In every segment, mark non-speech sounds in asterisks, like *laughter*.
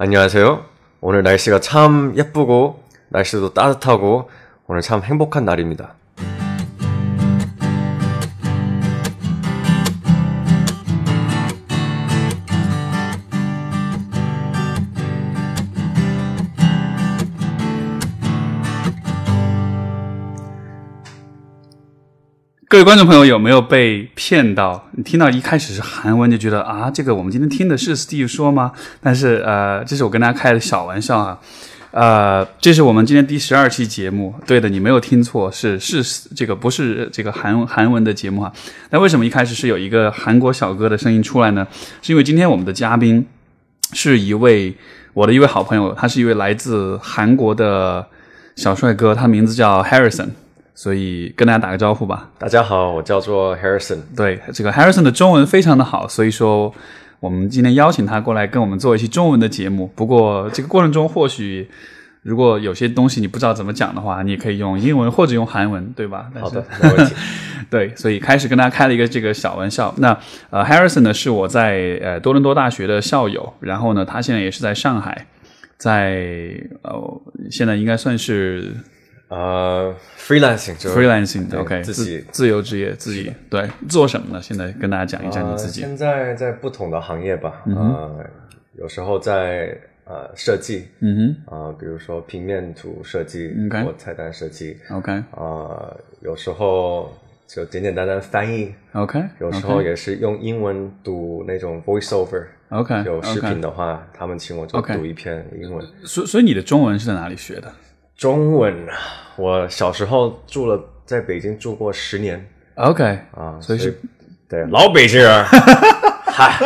안녕하세요. 오늘 날씨가 참 예쁘고 날씨도 따뜻하고 오늘 참 행복한 날입니다.各位观众朋友，有没有被骗到？你听到一开始是韩文，就觉得啊，这个我们今天听的是 Steve 说吗？但是呃，这是我跟大家开的小玩笑啊。呃，这是我们今天第十二期节目，对的，你没有听错，是是这个不是这个韩韩文的节目啊。那为什么一开始是有一个韩国小哥的声音出来呢？是因为今天我们的嘉宾是一位我的一位好朋友，他是一位来自韩国的小帅哥，他名字叫 Harrison，所以跟大家打个招呼吧。大家好，我叫做 Harrison。对，这个 Harrison 的中文非常的好，所以说我们今天邀请他过来跟我们做一期中文的节目。不过这个过程中，或许如果有些东西你不知道怎么讲的话，你也可以用英文或者用韩文，对吧？但好是 *laughs* 的，没问题。对，所以开始跟大家开了一个这个小玩笑。那呃，Harrison 呢是我在呃多伦多大学的校友，然后呢，他现在也是在上海，在呃现在应该算是呃，freelancing 아,就是 freelancing 对 OK 自己自由职业，自己对做什么呢？现在跟大家讲一下你呃自己。 아,现在在不同的行业吧，呃，有时候在呃设计，嗯啊、比如说平面图设计 OK 或菜单设计，哼，OK 啊、有时候就简简单单翻译， OK，有时候也是用英文读那种 voiceover。 OK 有视 OK，频的话他们请我就 OK 读一篇英文。所所以你的中文是在哪里学的中文啊，我小时候住了，在北京住过十年？OK，啊，所以是对老北京 *laughs* 人。嗨，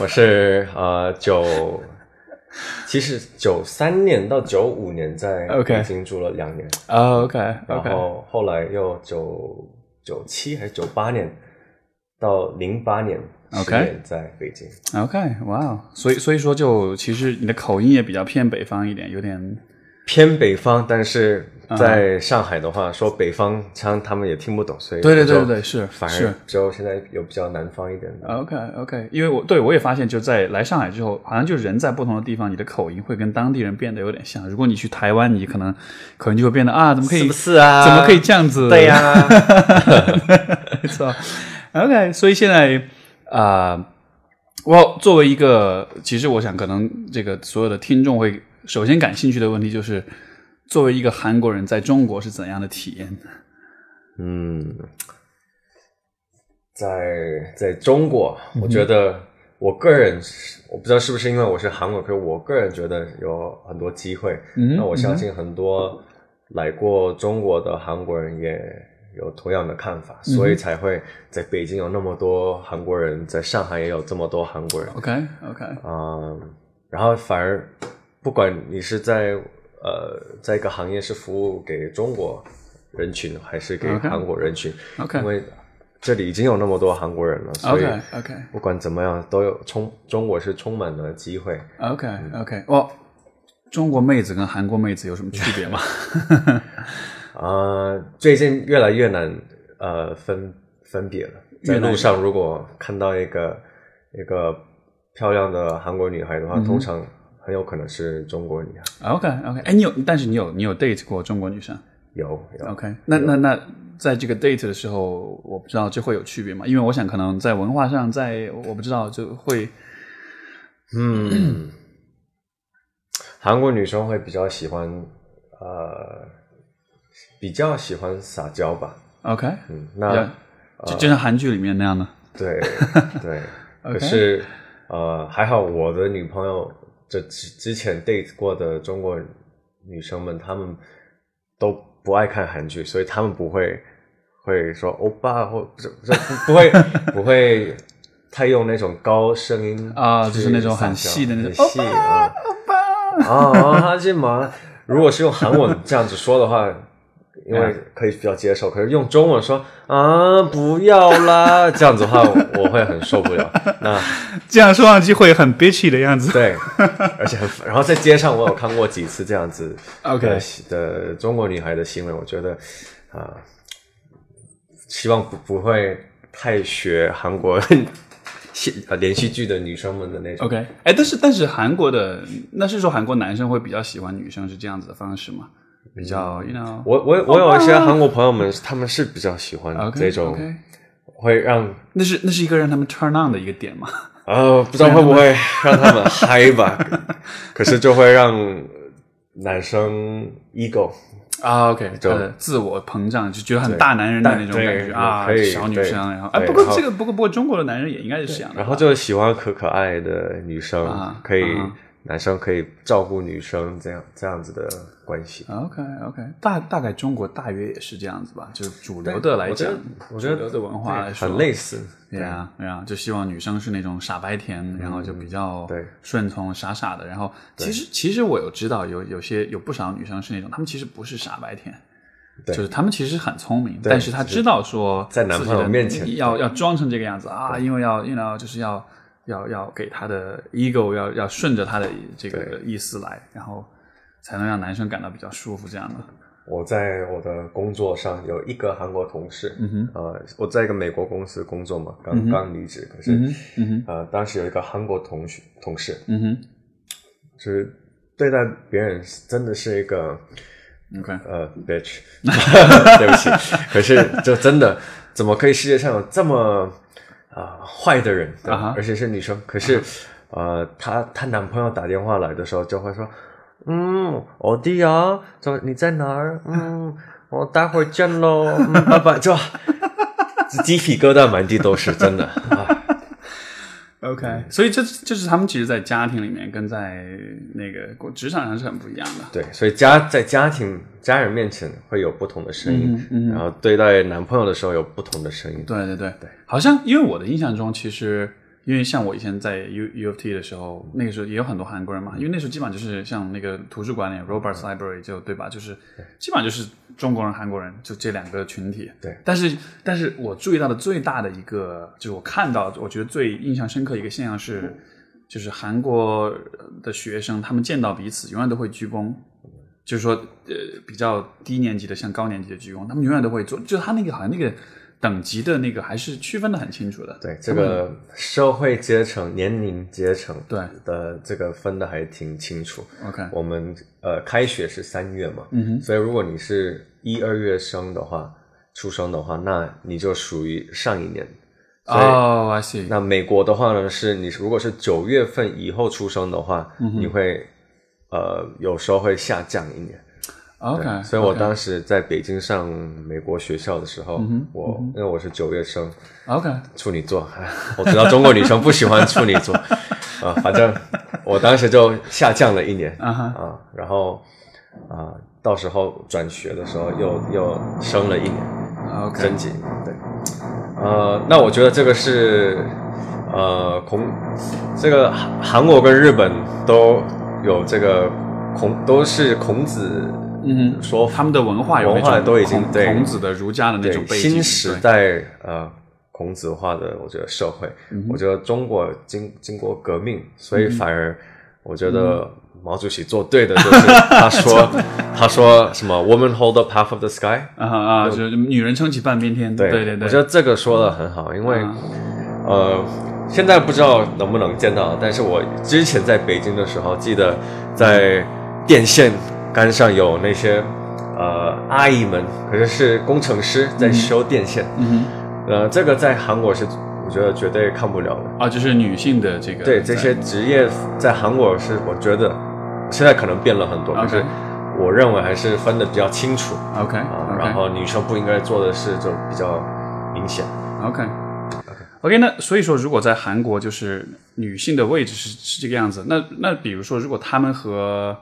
我是呃九，其实九三年到九五年在 OK 北京住了两年呃 OK 然 OK 后后来又九九七还是九八年到零八年 OK 10年在北京。 OK，哇哦，所以所以说就其实你的口音也比较偏北方一点，有点偏北方，但是嗯在上海的话，说北方腔他们也听不懂，所以对对对我就对对是反是而就现在有比较南方一点的。 OK OK，因为我对我也发现，就在来上海之后，好像就人在不同的地方，你的口音会跟当地人变得有点像。如果你去台湾，你可能口音就会变得啊，怎么可以是不是啊怎么可以这样子？对呀、 *laughs* 没错。OK，所以现在啊、呃我作为一个，其实我想可能这个所有的听众会首先感兴趣的问题就是，作为一个韩国人在中国是怎样的体验？嗯，在在中国，嗯我觉得我个人是我不知道是不是因为我是韩国，可是我个人觉得有很多机会。嗯那我相信很多来过中国的韩国人也有同样的看法，嗯所以才会在北京有那么多韩国人，在上海也有这么多韩国人。 OK OK，嗯，然后反而不管你是在呃在一个行业是服务给中国人群还是给 OK 韩国人群 OK 因为这里已经有那么多韩国人了，所以 OK OK 不管怎么样都有充中国是充满了机会。 OK OK，哇，中国妹子跟韩国妹子有什么区别吗？啊，最近越来越难呃分分别了。在越来越路上，如果看到一个一个漂亮的韩国女孩的话，嗯通常很有可能是中国女孩。 OK OK，哎，你有，但是你有你有 date 过中国女生有有？OK，那那那在这个 date 的时候，我不知道这会有区别吗？因为我想可能在文化上，在我不知道就会嗯，韩国女生会比较喜欢，呃，比较喜欢撒娇吧。 OK，嗯，比较那就就像韩剧里面那样的。对对，可 OK 是呃，还好我的女朋友，这之之前 date 过的中国女生们，她们都不爱看韩剧，所以她们不会会说欧巴或不是不是不不会不会太用那种高声音啊去就是那种撒很娇细的那种哦很细啊。啊，哈金麻。如果是用韩文这样子说的话，因哎为可以比较接受。可是用中文说啊，不要啦，这样子的话，我会很受不了。那这样说上去会很 bitchy 的样子。对，而且很，然后在街上我有看过几次这样子 OK 的的中国女孩的行为，我觉得啊，希望不不会太学韩国 *laughs* 戏呃连续剧的女生们的那种。 OK，哎，但是但是韩国的那是说韩国男生会比较喜欢女生是这样子的方式吗？嗯比较，you know，我我我有一些韩国朋友们，他们是比较喜欢啊 OK，这种 OK 会让那是那是一个让他们 turn on 的一个点嘛？呃，不知道会不会让他们嗨吧， *laughs* 可是就会让男生 ego 啊，OK，就呃，自我膨胀就觉得很大男人的那种对感觉啊可，以小女对生，然后哎，对不过然后这个不过不过中国的男人也应该是这样的，然后就喜欢可可爱的女生，啊可以、啊男生可以照顾女生，这样这样子的关系。 OK OK，大大概中国大约也是这样子吧，就是主流的来我觉讲得，我觉得主流的文化对来说很类似，对啊，对啊，就希望女生是那种傻白甜，然后就比较嗯对顺从、傻傻的。然后其实其实我有知道有有些有不少女生是那种，她们其实不是傻白甜，对就是她们其实很聪明，但是她知道说在男自己朋友的面前要要装成这个样子啊，因为要 you know 就是要要要给她的 ego 要要顺着她的这个意思来，然后才能让男生感到比较舒服这样的。我在我的工作上有一个韩国同事，嗯哼，呃，我在一个美国公司工作嘛，刚、刚离职，可是，嗯哼嗯哼呃，当时有一个韩国同学同事，嗯哼就是对待别人是真的是一个，OK，呃 *laughs* bitch，对不起，可是就真的怎么可以世界上有这么啊、呃坏的人，对吧啊哈啊而且是女生，可是、呃，她她男朋友打电话来的时候就会说，嗯，我弟啊，怎么你在哪儿？嗯，我待会儿见喽，嗯，拜拜，就鸡皮疙瘩满地都是，真的啊。 OK，所以这就是他们其实，在家庭里面跟在那个工职场上是很不一样的。对，所以家在家庭家人面前会有不同的声音，然后对待男朋友的时候有不同的声音。嗯对对对对，好像因为我的印象中，其实因为像我以前在 U U of T 的时候，那个时候也有很多韩国人嘛，因为那时候基本上就是像那个图书馆里 Roberts Library 就对吧，就是基本上就是中国人、韩国人就这两个群体。对但是但是我注意到的最大的一个，就是我看到我觉得最印象深刻的一个现象嗯是。就是韩国的学生，他们见到彼此永远都会鞠躬，就是说，呃，比较低年级的向高年级的鞠躬，他们永远都会做，就是他那个好像那个等级的那个还是区分的很清楚的。对这个社会阶层、年龄阶层对的这个分的还挺清楚。 ，OK，我们呃，开学是三月嘛，嗯哼，所以如果你是一二月生的话，出生的话，那你就属于上一年。所以哦、i see，那美国的话呢，是你如果是九月份以后出生的话，你会呃有时候会下降一年。 ，OK，嗯所以我 OK，当时在北京上美国学校的时候，我因为我是九月生， OK，处女座，哎我知道中国女生不喜欢处女座 *laughs* 啊，反正我当时就下降了一年啊哈啊，然后啊，到时候转学的时候又又升了一年， ，OK，升级，对，呃，那我觉得这个是呃孔，这个韩韩国跟日本都有这个孔，都是孔子嗯哼说他们的文化有那文化种都已经孔对孔子的儒家的那对种背景，新时代呃孔子化的，我觉得社会，嗯我觉得中国经经过革命，所以反而我觉嗯得毛主席做对的就是他 *laughs* 说他说什么 “woman hold the path of the sky”，对啊啊，就是女人撑起半边天，对对对，我觉得这个说的很好，因为、嗯呃，现在不知道能不能见到，但是我之前在北京的时候，记得在电线杆上有那些呃阿姨们，可是是工程师在修电线，嗯呃，这个在韩国是我觉得绝对看不了的。哼，啊，就是女性的这个对这些职业在韩国是，我觉得现在可能变了很多， OK 可是我认为还是分的比较清楚啊。 OK，然后女生不应该做的事就比较明显。 OK。OK，那所以说，如果在韩国，就是女性的位置是是这个样子。那那比如说，如果他们和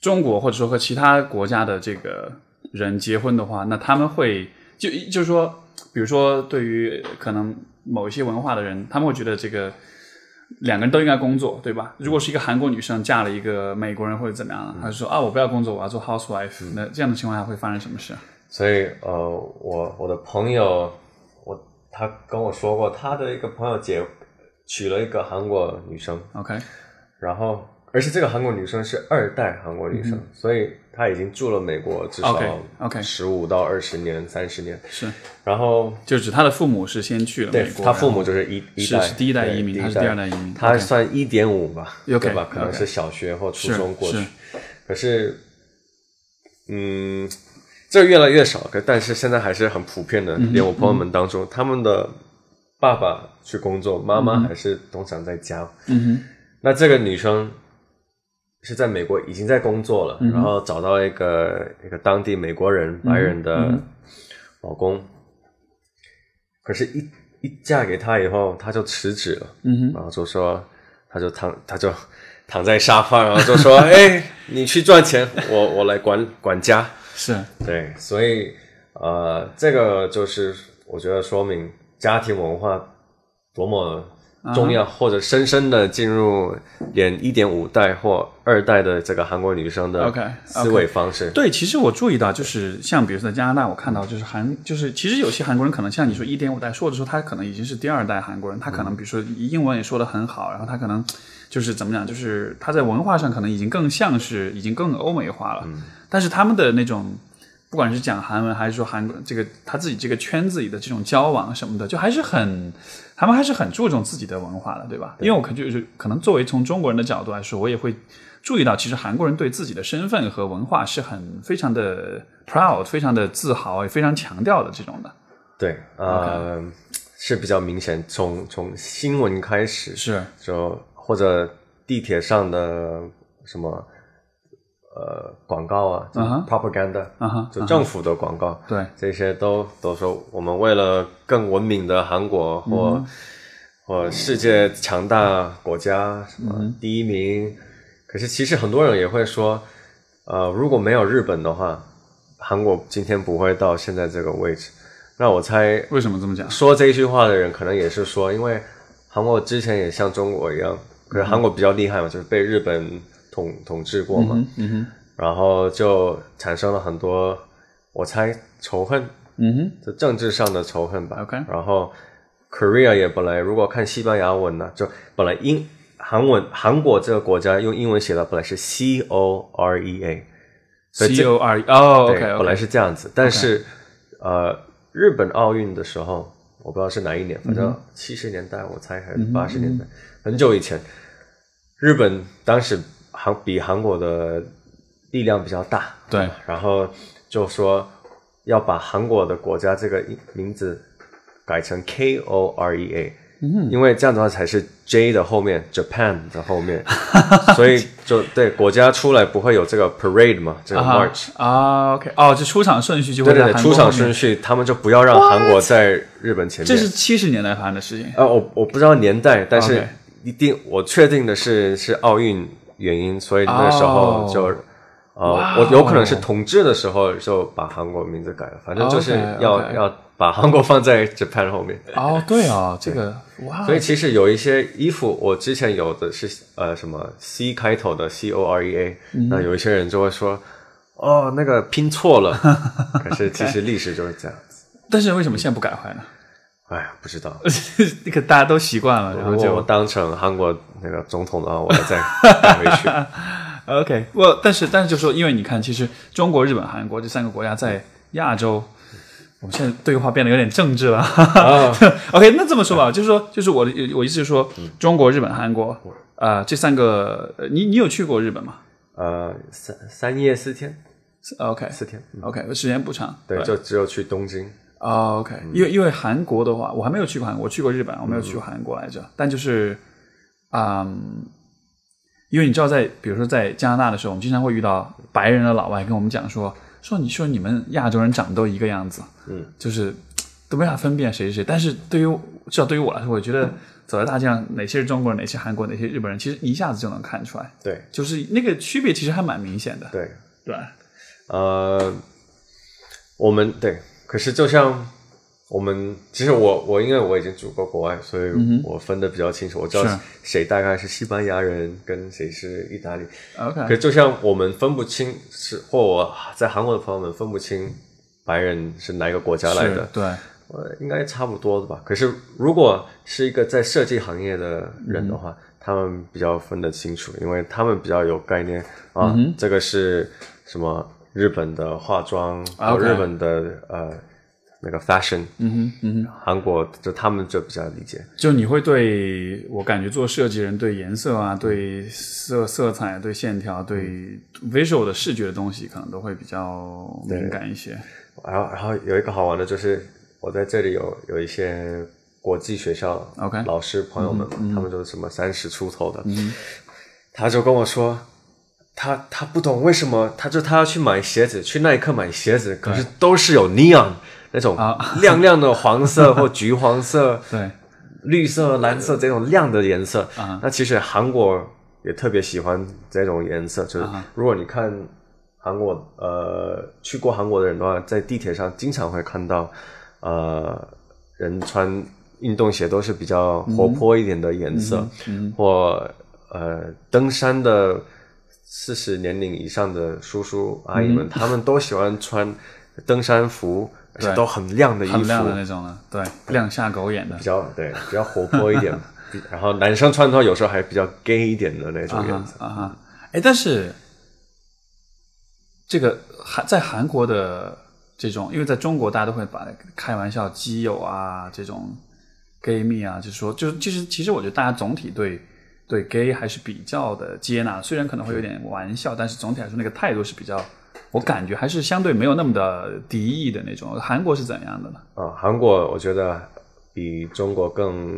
中国或者说和其他国家的这个人结婚的话，那他们会就就是说，比如说对于可能某一些文化的人，他们会觉得这个两个人都应该工作，对吧？如果是一个韩国女生嫁了一个美国人或者怎么样，嗯她就说啊，我不要工作，我要做 housewife、那这样的情况下会发生什么事？所以呃，我我的朋友，我他跟我说过，他的一个朋友结娶了一个韩国女生， OK，然后而且这个韩国女生是二代韩国女生，所以她已经住了美国至少 OK，OK 十五到二十年、三十年。是，然后就指他的父母是先去了美对，国，他父然后母就是一一是代是第一代对移民第他一是第二代移民他 OK 算一点五吧 OK，对吧？可能 OK 是小学或初是中过去是，可是，嗯，这越来越少，可但是现在还是很普遍嗯的。连我朋友们当中，他们的爸爸去工作，妈妈还是通常在家。嗯那这个女生是在美国已经在工作了，然后找到一个一个当地美国人白人的老公，可是一，一嫁给他以后，他就辞职了，哼，嗯哼，然后就说，他就躺，他就躺在沙发，然后就说，哎，你去赚钱，我我来管管家。是对，所以呃，这个就是我觉得说明家庭文化多么啊重要，或者深深的进入连一点五代或二代的这个韩国女生的 OK，OK 思维方式。对，其实我注意到，就是像比如说在加拿大，我看到就是韩，就是其实有些韩国人可能像你说一点五代，或者说他可能已经是第二代韩国人，他嗯可能比如说英文也说的很好，然后他可能就是怎么讲，就是他在文化上可能已经更像是已经更欧美化嗯了，但是他们的那种。不管是讲韩文还是说韩国这个他自己这个圈子里的这种交往什么的，就还是很，他们还是很注重自己的文化的，对吧？因为我可就是可能作为从中国人的角度来说，我也会注意到，其实韩国人对自己的身份和文化是很非常的 proud，非常的自豪，也非常强调的这种的。对，呃是比较明显，从从新闻开始，是就或者地铁上的什么呃广告啊、嗯哼 propaganda，、啊哈，就政府的广告，对，这些都都说我们为了更文明的韩国或、或世界强大国家什么第一名，可是其实很多人也会说，呃，如果没有日本的话，韩国今天不会到现在这个位置。那我猜为什么这么讲？说这一句话的人，可能也是说，因为韩国之前也像中国一样，可是韩国比较厉害嘛，就是被日本统统治过嘛，嗯然后就产生了很多，我猜仇恨，哼，嗯就政治上的仇恨吧。 OK 然后 Korea 也本来如果看西班牙文呢，就本来英韩文韩国这个国家用英文写的本来是 C O R E A，所哼以，C 这 O R E 哦对，OK，本来是这样子，但是呃，日本奥运的时候，我不知道是哪一年，嗯反正七十年代我猜还是八十年代，很久以前，日本当时韩比韩国的力量比较大，对，然后就说要把韩国的国家这个名字改成 K O R E A，、因嗯为这样的话才是 J 的后面，Japan 的后 *laughs* 面，所以就对国家出来不会有这个 parade 嘛，这个啊哈 march，、啊，OK，哦，就出场顺序就对会对在对，韩国出场后面顺，序他们就不要让韩国在日本前面。这是七十年代发生的事情。呃，我我不知道年代，但是 OK 一定我确定的是是奥运原因，所以那时候就。呃，哦哇我哦有可能是统治的时候就把韩国名字改了，反正就是 OK，OK 要要把韩国放在 Japan 后面。哦，对哦，这个哇，所以其实有一些衣服，我之前有的是呃什么 C 开头的 C O R E A，、那嗯有一些人就会说，哦，那个拼错了。 *laughs* 可是其实历史就是这样子。但是为什么现在不改坏呢？ *laughs* 哎呀，不知道。这个大家都习惯 *laughs* 了，然后如果我就当成韩国那个总统的话，我要再 *laughs* 改回去。 OK。我但是但是就说，因为你看，其实中国、日本、韩国这三个国家在亚洲，我们现在对话变得有点政治了。哦啊， *laughs* OK，那这么说吧，就是说，就是我的我意思是说，中国、日本、韩国，呃，这三个，呃你你有去过日本吗呃，三三夜四天， ？OK，OK，、四天，嗯时间不长。对，就只有去东京。哦，OK，、因为因为韩国的话，我还没有去过韩国，我去过日本，我没有去过韩国来着。但就是，嗯，因为你知道在，比如说在加拿大的时候，我们经常会遇到白人的老外跟我们讲说，说你说你们亚洲人长得都一个样子，嗯，就是嘖都没法分辨谁是谁。但是对于我至少对于我来说，我觉得走在大街上，哪些是中国人，哪些韩国人，哪些日本人，其实一下子就能看出来，对就是那个区别其实还蛮明显的，对，对吧，呃，我们对，可是就像我们，其实我我因为我已经住过国外，所以我分的比较清楚，我知是道谁大概是西班牙人跟谁是意大利。可 OK，就像我们分不清是或我在韩国的朋友们分不清白人是哪一个国家来的是，对，呃，应该差不多的吧。可是如果是一个在设计行业的人的话，他们比较分得清楚，因为他们比较有概念啊，这个是什么日本的化妆，还有 OK 日本的呃那个 fashion，嗯哼，嗯哼，韩国就他们就比较理解。就你会对我感觉做设计人对颜色嗯啊、对色色彩、啊对线条、对 visual 的视觉的东西，可能都会比较敏感一些。然后，然后有一个好玩的就是，我在这里有有一些国际学校 OK 嗯老师朋友们，他们就是什么三十出头的，他就跟我说，他他不懂为什么，他就他要去买鞋子，去耐克买鞋子，可是都是有 neon 那种啊亮亮的黄色或橘黄 *laughs* 色、对，绿色、蓝色这种亮的颜色。啊那其实韩国也特别喜欢这种颜色，就是啊如果你看韩国，呃，去过韩国的人的话，在地铁上经常会看到，呃，人穿运动鞋都是比较嗯活泼一点的颜色，或呃，登山的四十年龄以上的叔叔阿姨嗯们，他们都喜欢穿登山服。而且对都很亮的衣服，很亮的那种了，对，亮瞎狗眼的比。较对，比较活泼一 *laughs* 点。比然后男生穿的话，有时候还比较 gay 一点的那种啊样哈子。啊哈，哎，但是这个韩在韩国的这种，因为在中国大家都会把开玩笑基友啊这种 gay 蜜啊，就说就其实其实我觉得大家总体对对 gay 还是比较的接纳，虽然可能会有点玩笑，但是总体来说那个态度是比较。我感觉还是相对没有那么的敌意的那种。韩国是怎样的呢啊、韩国我觉得比中国更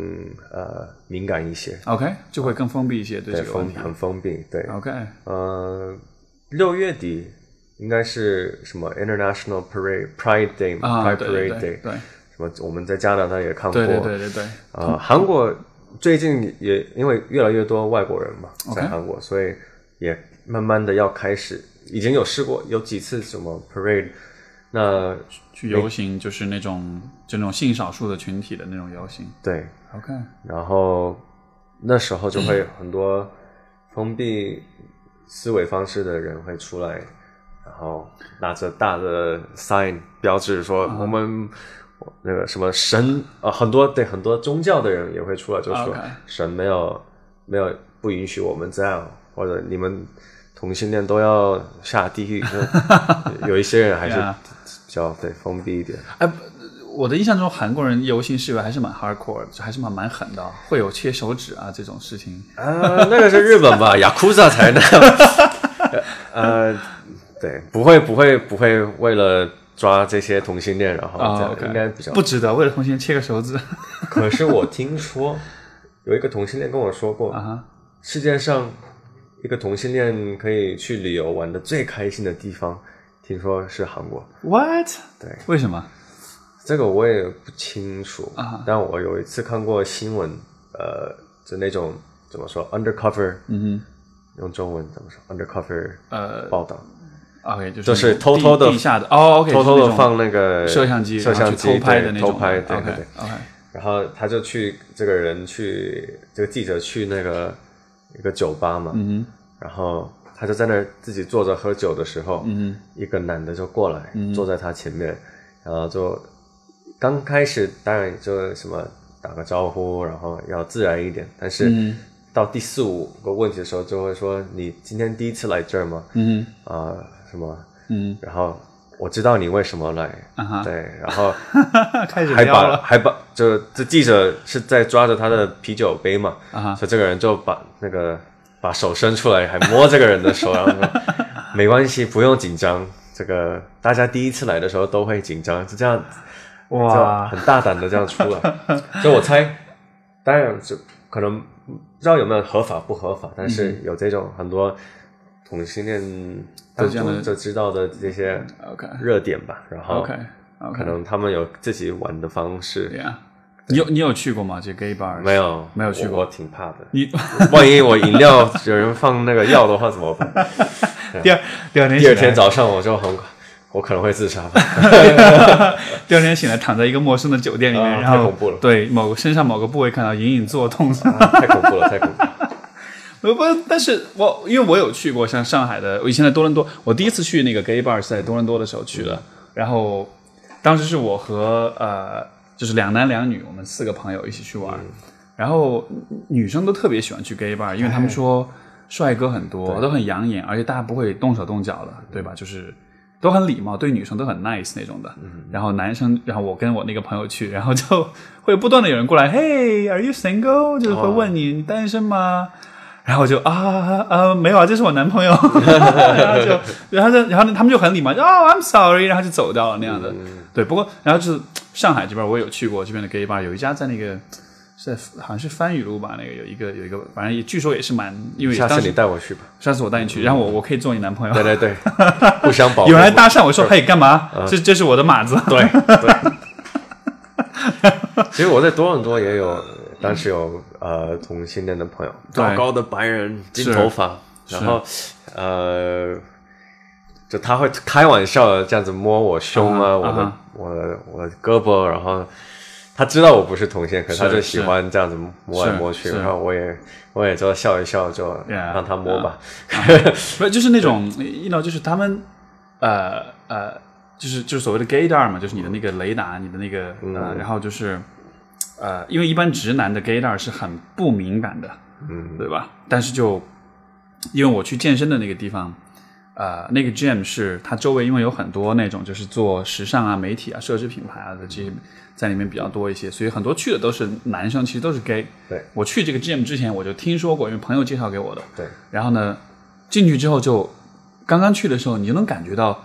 呃敏感一些， ？OK，就会更封闭一些对啊对这个问封题。很封闭。对， OK，呃，六月底应该是什么 International Parade Pride Day 嘛、啊， Pride 对对 Parade Day，对对对什么我们在加拿大也看过。对对对对，呃，韩国最近也因为越来越多外国人嘛， OK 在韩国所以也慢慢的要开始，已经有试过有几次什么 parade，那去游行，就是那种就那种性少数的群体的那种游行。对， OK，然后那时候就会有很多封闭思维方式的人会出来，然后拿着大的 sign 标志说我们。那个什么神啊、很多对很多宗教的人也会出来就说 OK 神没有没有不允许我们这样，或者你们同性恋都要下地狱。就有一些人还是 Yeah 比较对封闭一点。哎，不我的印象中韩国人游行示威还是蛮 hardcore，的就还是蛮蛮狠的，会有切手指啊这种事情。啊，那个是日本 *laughs* 吧，雅库萨才那样。呃，对，不会不会不会为了抓这些同性恋，然后这啊样、 ，OK，哦应该比较不。值得为了同性切个手指可是我听说有一个同性恋跟我说过，啊哈。世界上一个同性恋可以去旅游玩的最开心的地方，听说是韩国。 What？对，为什么？这个我也不清楚啊但我有一次看过新闻，呃，就那种怎么说 undercover，嗯用中文怎么说 undercover 哼，呃报道。 ，OK，就是就就是偷偷地地下的哦，OK，偷偷就是那的种放那个摄像机，摄像然机后去偷拍的那种，偷拍，对 OK，对对。 OK，然后他就去这个人去这个记者去那个一个酒吧嘛，嗯然后他就在那儿自己坐着喝酒的时候，嗯一个男的就过来、坐在他前面，然后就刚开始当然就什么打个招呼，然后要自然一点，但是嗯到第四五个问题的时候就会说你今天第一次来这儿吗？嗯啊、什么？嗯然后我知道你为什么来，啊哈对，然后嗯， *laughs* 开始还撩把了还把就这记者是在抓着他的啤酒杯嘛，啊哈所以这个人就把那个把手伸出来，还摸这个人的手，然后说 *laughs* 没关系，不用紧张，这个大家第一次来的时候都会紧张，就这样哇就很大胆的这样出来，所以我猜，当然就可能不知道有没有合法不合法，但是嗯有这种很多同性恋都当这样的中就知道的这些，OK 热点吧，然后 OK OK，可能他们有自己玩的方式，对呀，你有你有去过吗？这 gay bar 没有没有去过我我挺怕的。你 *laughs* 万一我饮料有人放那个药的话怎么 *laughs* 办？第二第二天第二醒来天早上我就很， *laughs* 我可能会自杀吧。 *laughs* 第二天醒来躺在一个陌生的酒店里面，啊然后太恐怖了对某个身上某个部位看到隐隐作痛。 *laughs* 啊太恐怖了，太恐怖了。不不，但是我因为我有去过像上海的，我以前在多伦多，我第一次去那个 gay bar 是在多伦多的时候去的，然后嗯当时是我和呃就是两男两女，我们四个朋友一起去玩，然后女生都特别喜欢去 gay bar，因为他们哎说帅哥很多，都很养眼，而且大家不会动手动脚的，对吧？就是都很礼貌，对女生都很 nice 那种的。嗯然后男生，然后我跟我那个朋友去，然后就会不断的有人过来，Hey，are you single？就是会问哦你、你单身吗？然后我就啊啊啊没有啊，这是我男朋友， *laughs* 然后就然后就然后呢他们就很礼貌，哦、I'm sorry，然后就走掉了那样的。嗯对，不过然后就是上海这边我有去过这边的 gay bar，有一家在那个是在好像是番禺路吧，那个有一个有一个，反正也据说也是蛮，因为下当次时你带我 *laughs* 去吧。上次我带你去，然后我我可以做你男朋友。对对 *laughs* 对，互相保护。有人来搭讪我说：“嘿，干嘛？这这是我的码子。”对，其实我在多伦多也有，当时有呃同性恋的朋友，高高的白人，金头发，然后呃，就他会开玩笑的这样子摸我胸啊，啊我的、啊我的我的胳膊，然后他知道我不是同性，可是他是就喜欢这样子摸来是摸去，是然后我也我也就笑一笑，就 Yeah，让他摸吧。 *laughs* 不是就是那种，you know，就是他们，呃呃，就是就是所谓的 gaydar 嘛，就是你的那个雷达，你的那个，呃，然后就是，呃，因为一般直男的 gaydar 是很不敏感的，嗯，对吧？但是就因为我去健身的那个地方，呃，那个 gym 是它周围因为有很多那种就是做时尚啊、媒体啊、奢侈品牌啊的 gym 在里面比较多一些，所以很多去的都是男生，其实都是 gay。对，我去这个 gym 之前我就听说过，因为朋友介绍给我的。对，然后呢，进去之后就刚刚去的时候，你就能感觉到，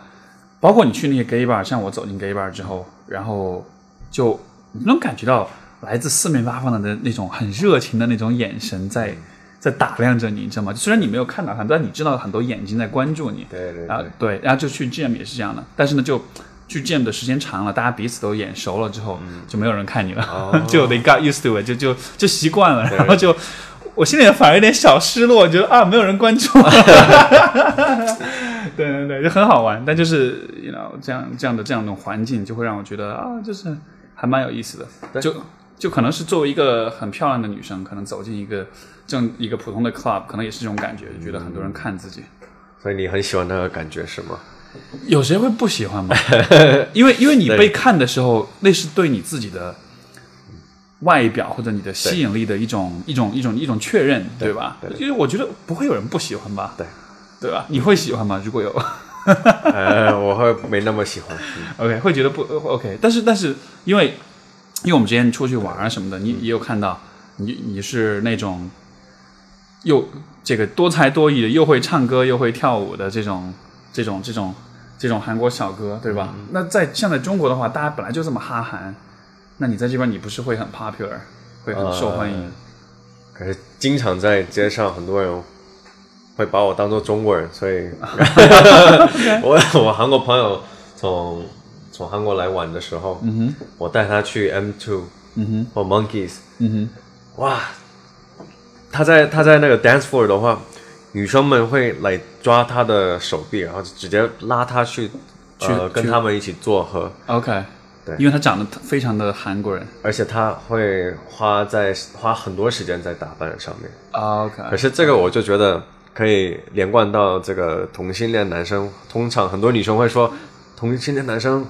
包括你去那些 gay bar，像我走进 gay bar 之后，然后就你能感觉到来自四面八方的那种很热情的那种眼神在在打量着你，你知道吗？虽然你没有看到他们，但你知道很多眼睛在关注你。对对啊对，，对，然后就去 gym 也是这样的，但是呢，就去 gym 的时间长了，大家彼此都眼熟了之后，就没有人看你了， *laughs* 就 they got used to it，就就就习惯了，然后就我心里反而有点小失落，觉得啊，没有人关注， *laughs* 对对对，就很好玩，但就是 you know 这样这样的这样的环境，就会让我觉得啊，就是还蛮有意思的，就就可能是作为一个很漂亮的女生，可能走进一个正一个普通的 club，可能也是这种感觉，就觉得很多人看自己。所以你很喜欢那个感觉是吗？有谁会不喜 *laughs* 欢吗？因为因为你被看的时候，那是对你自己的外表或者你的吸引力的一种一种一种一种确认，对吧？对因为我觉得不会有人不喜欢吧？对，对吧？你会喜欢吗？如果有呃，我会没那么喜欢。嗯，OK，会觉得不 OK，但是但是因为因为我们之前出去玩啊什么的，你嗯也有看到，你你是那种又这个多才多艺的，又会唱歌又会跳舞的这种这种这种这种韩国小哥，对吧？嗯那在像在中国的话，大家本来就这么哈韩，那你在这边你不是会很 popular，会很受欢呃迎？可是经常在街上，很多人会把我当做中国人，所 *laughs* 以我 *laughs* 我韩国朋友从从韩国来玩的时候，嗯哼，我带他去 M Two 嗯哼，或 Monkeys，嗯哇，他在他在那个 dance floor 的话，女生们会来抓他的手臂，然后就直接拉他去呃去跟他们一起做和，哼，OK，对因为他长得非常的韩国人而且他会花在花很多时间在打扮上面。 ，OK，可是这个我就觉得可以连贯到这个同性恋男生，通常很多女生会说同性恋男生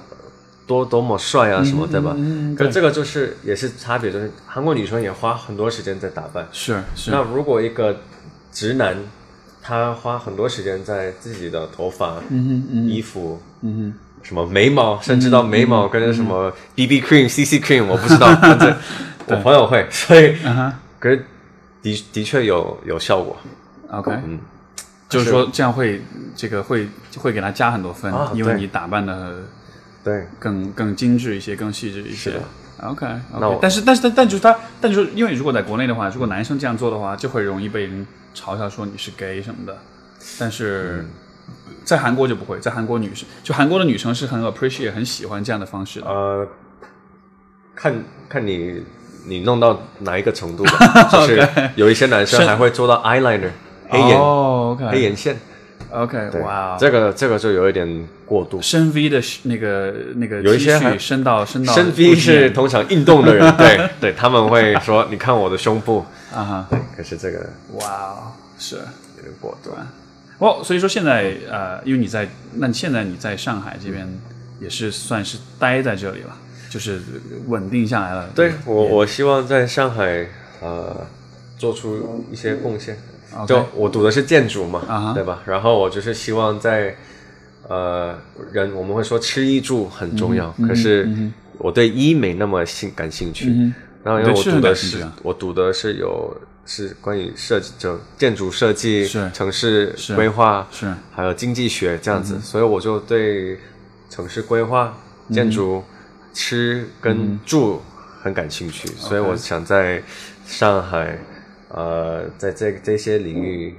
多多么帅啊什么，对吧？嗯嗯嗯可对这个就是也是差别，就是韩国女生也花很多时间在打扮。是是那如果一个直男，他花很多时间在自己的头发、嗯嗯衣服、嗯什么眉毛，甚至到眉毛跟什么 BB cream、CC cream，我不知道， *laughs* 反正我朋友会，所以哼，啊可是的的确有有效果。哈，OK，嗯，就是说这样会这个会会给他加很多分，啊因为对你打扮的对，更更精致一些，更细致一是些。的 OK，, o k 那我但是但是但但就是他，但就是因为如果在国内的话，如果男生这样做的话，就会容易被人嘲笑说你是 gay 什么的。但是嗯在韩国就不会，在韩国女生就韩国的女生是很 appreciate 很喜欢这样的方式的。呃，看看你你弄到哪一个程度 *laughs* 吧，就是有一些男生还会做到 eyeliner 黑眼、哦，OK、o k 黑眼线， OK，对，哇、哦这个这个就有一点过度。深 V 的那个那个 T 有一些恤还深到深到深肚脐 V 是眼通常运动的人， *laughs* 对对，他们会说你看我的胸部，啊哈，对，可是这个哇哦，是。有点过度。哦，所以说现在呃，因为你在，那你现在你在上海这边也是算是待在这里了，就是稳定下来了。对我，我希望在上海呃做出一些贡献。嗯 OK 就我读的是建筑嘛啊哈对吧？然后我就是希望在呃人我们会说吃衣住很重要，嗯可是我对医没那么兴感兴趣。然后因为嗯我对吃读很感的兴趣是啊我读的是有是关于设计就建筑设计、是城市是规划是还有经济学这样嗯子，所以我就对城市规划、建筑、吃跟住很感兴嗯趣，所以我想在上海，呃，在这这些领域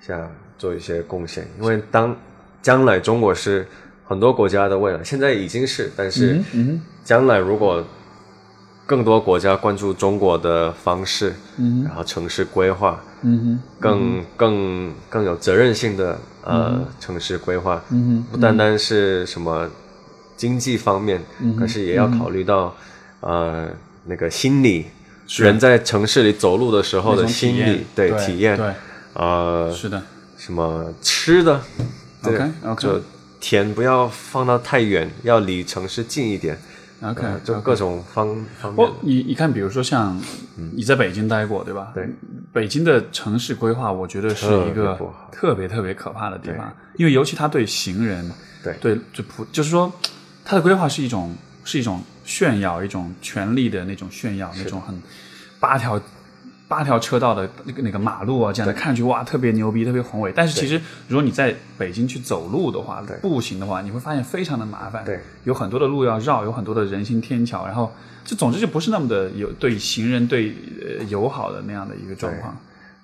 下做一些贡献，因为当将来中国是很多国家的未来，现在已经是，但是嗯将来如果更多国家关注中国的方式，嗯然后城市规划，嗯更更更有责任性的呃城市规划，嗯嗯不单单是什么经济方面，可是也要考虑到呃那个心理，是人在城市里走路的时候那的种心体验理，对对体验，对呃是的什么吃的，对 OK，OK 就田不要放到太远，要离城市近一点， ，OK，呃就各种方方面我。你你看，比如说像你在北京待过，对吧？对，北京的城市规划，我觉得是一特别个不好特别特别可怕的地方，因为尤其它对行人，对对，就普就是说，它的规划是一种是一种炫耀，一种权力的那种炫耀，那种很八条八条车道的那个那个马路啊，这样的看上去哇，特别牛逼，特别宏伟。但是其实如果你在北京去走路的话，步行的话，你会发现非常的麻烦，对，有很多的路要绕，有很多的人行天桥，然后就总之就不是那么的有对行人对呃友好的那样的一个状况。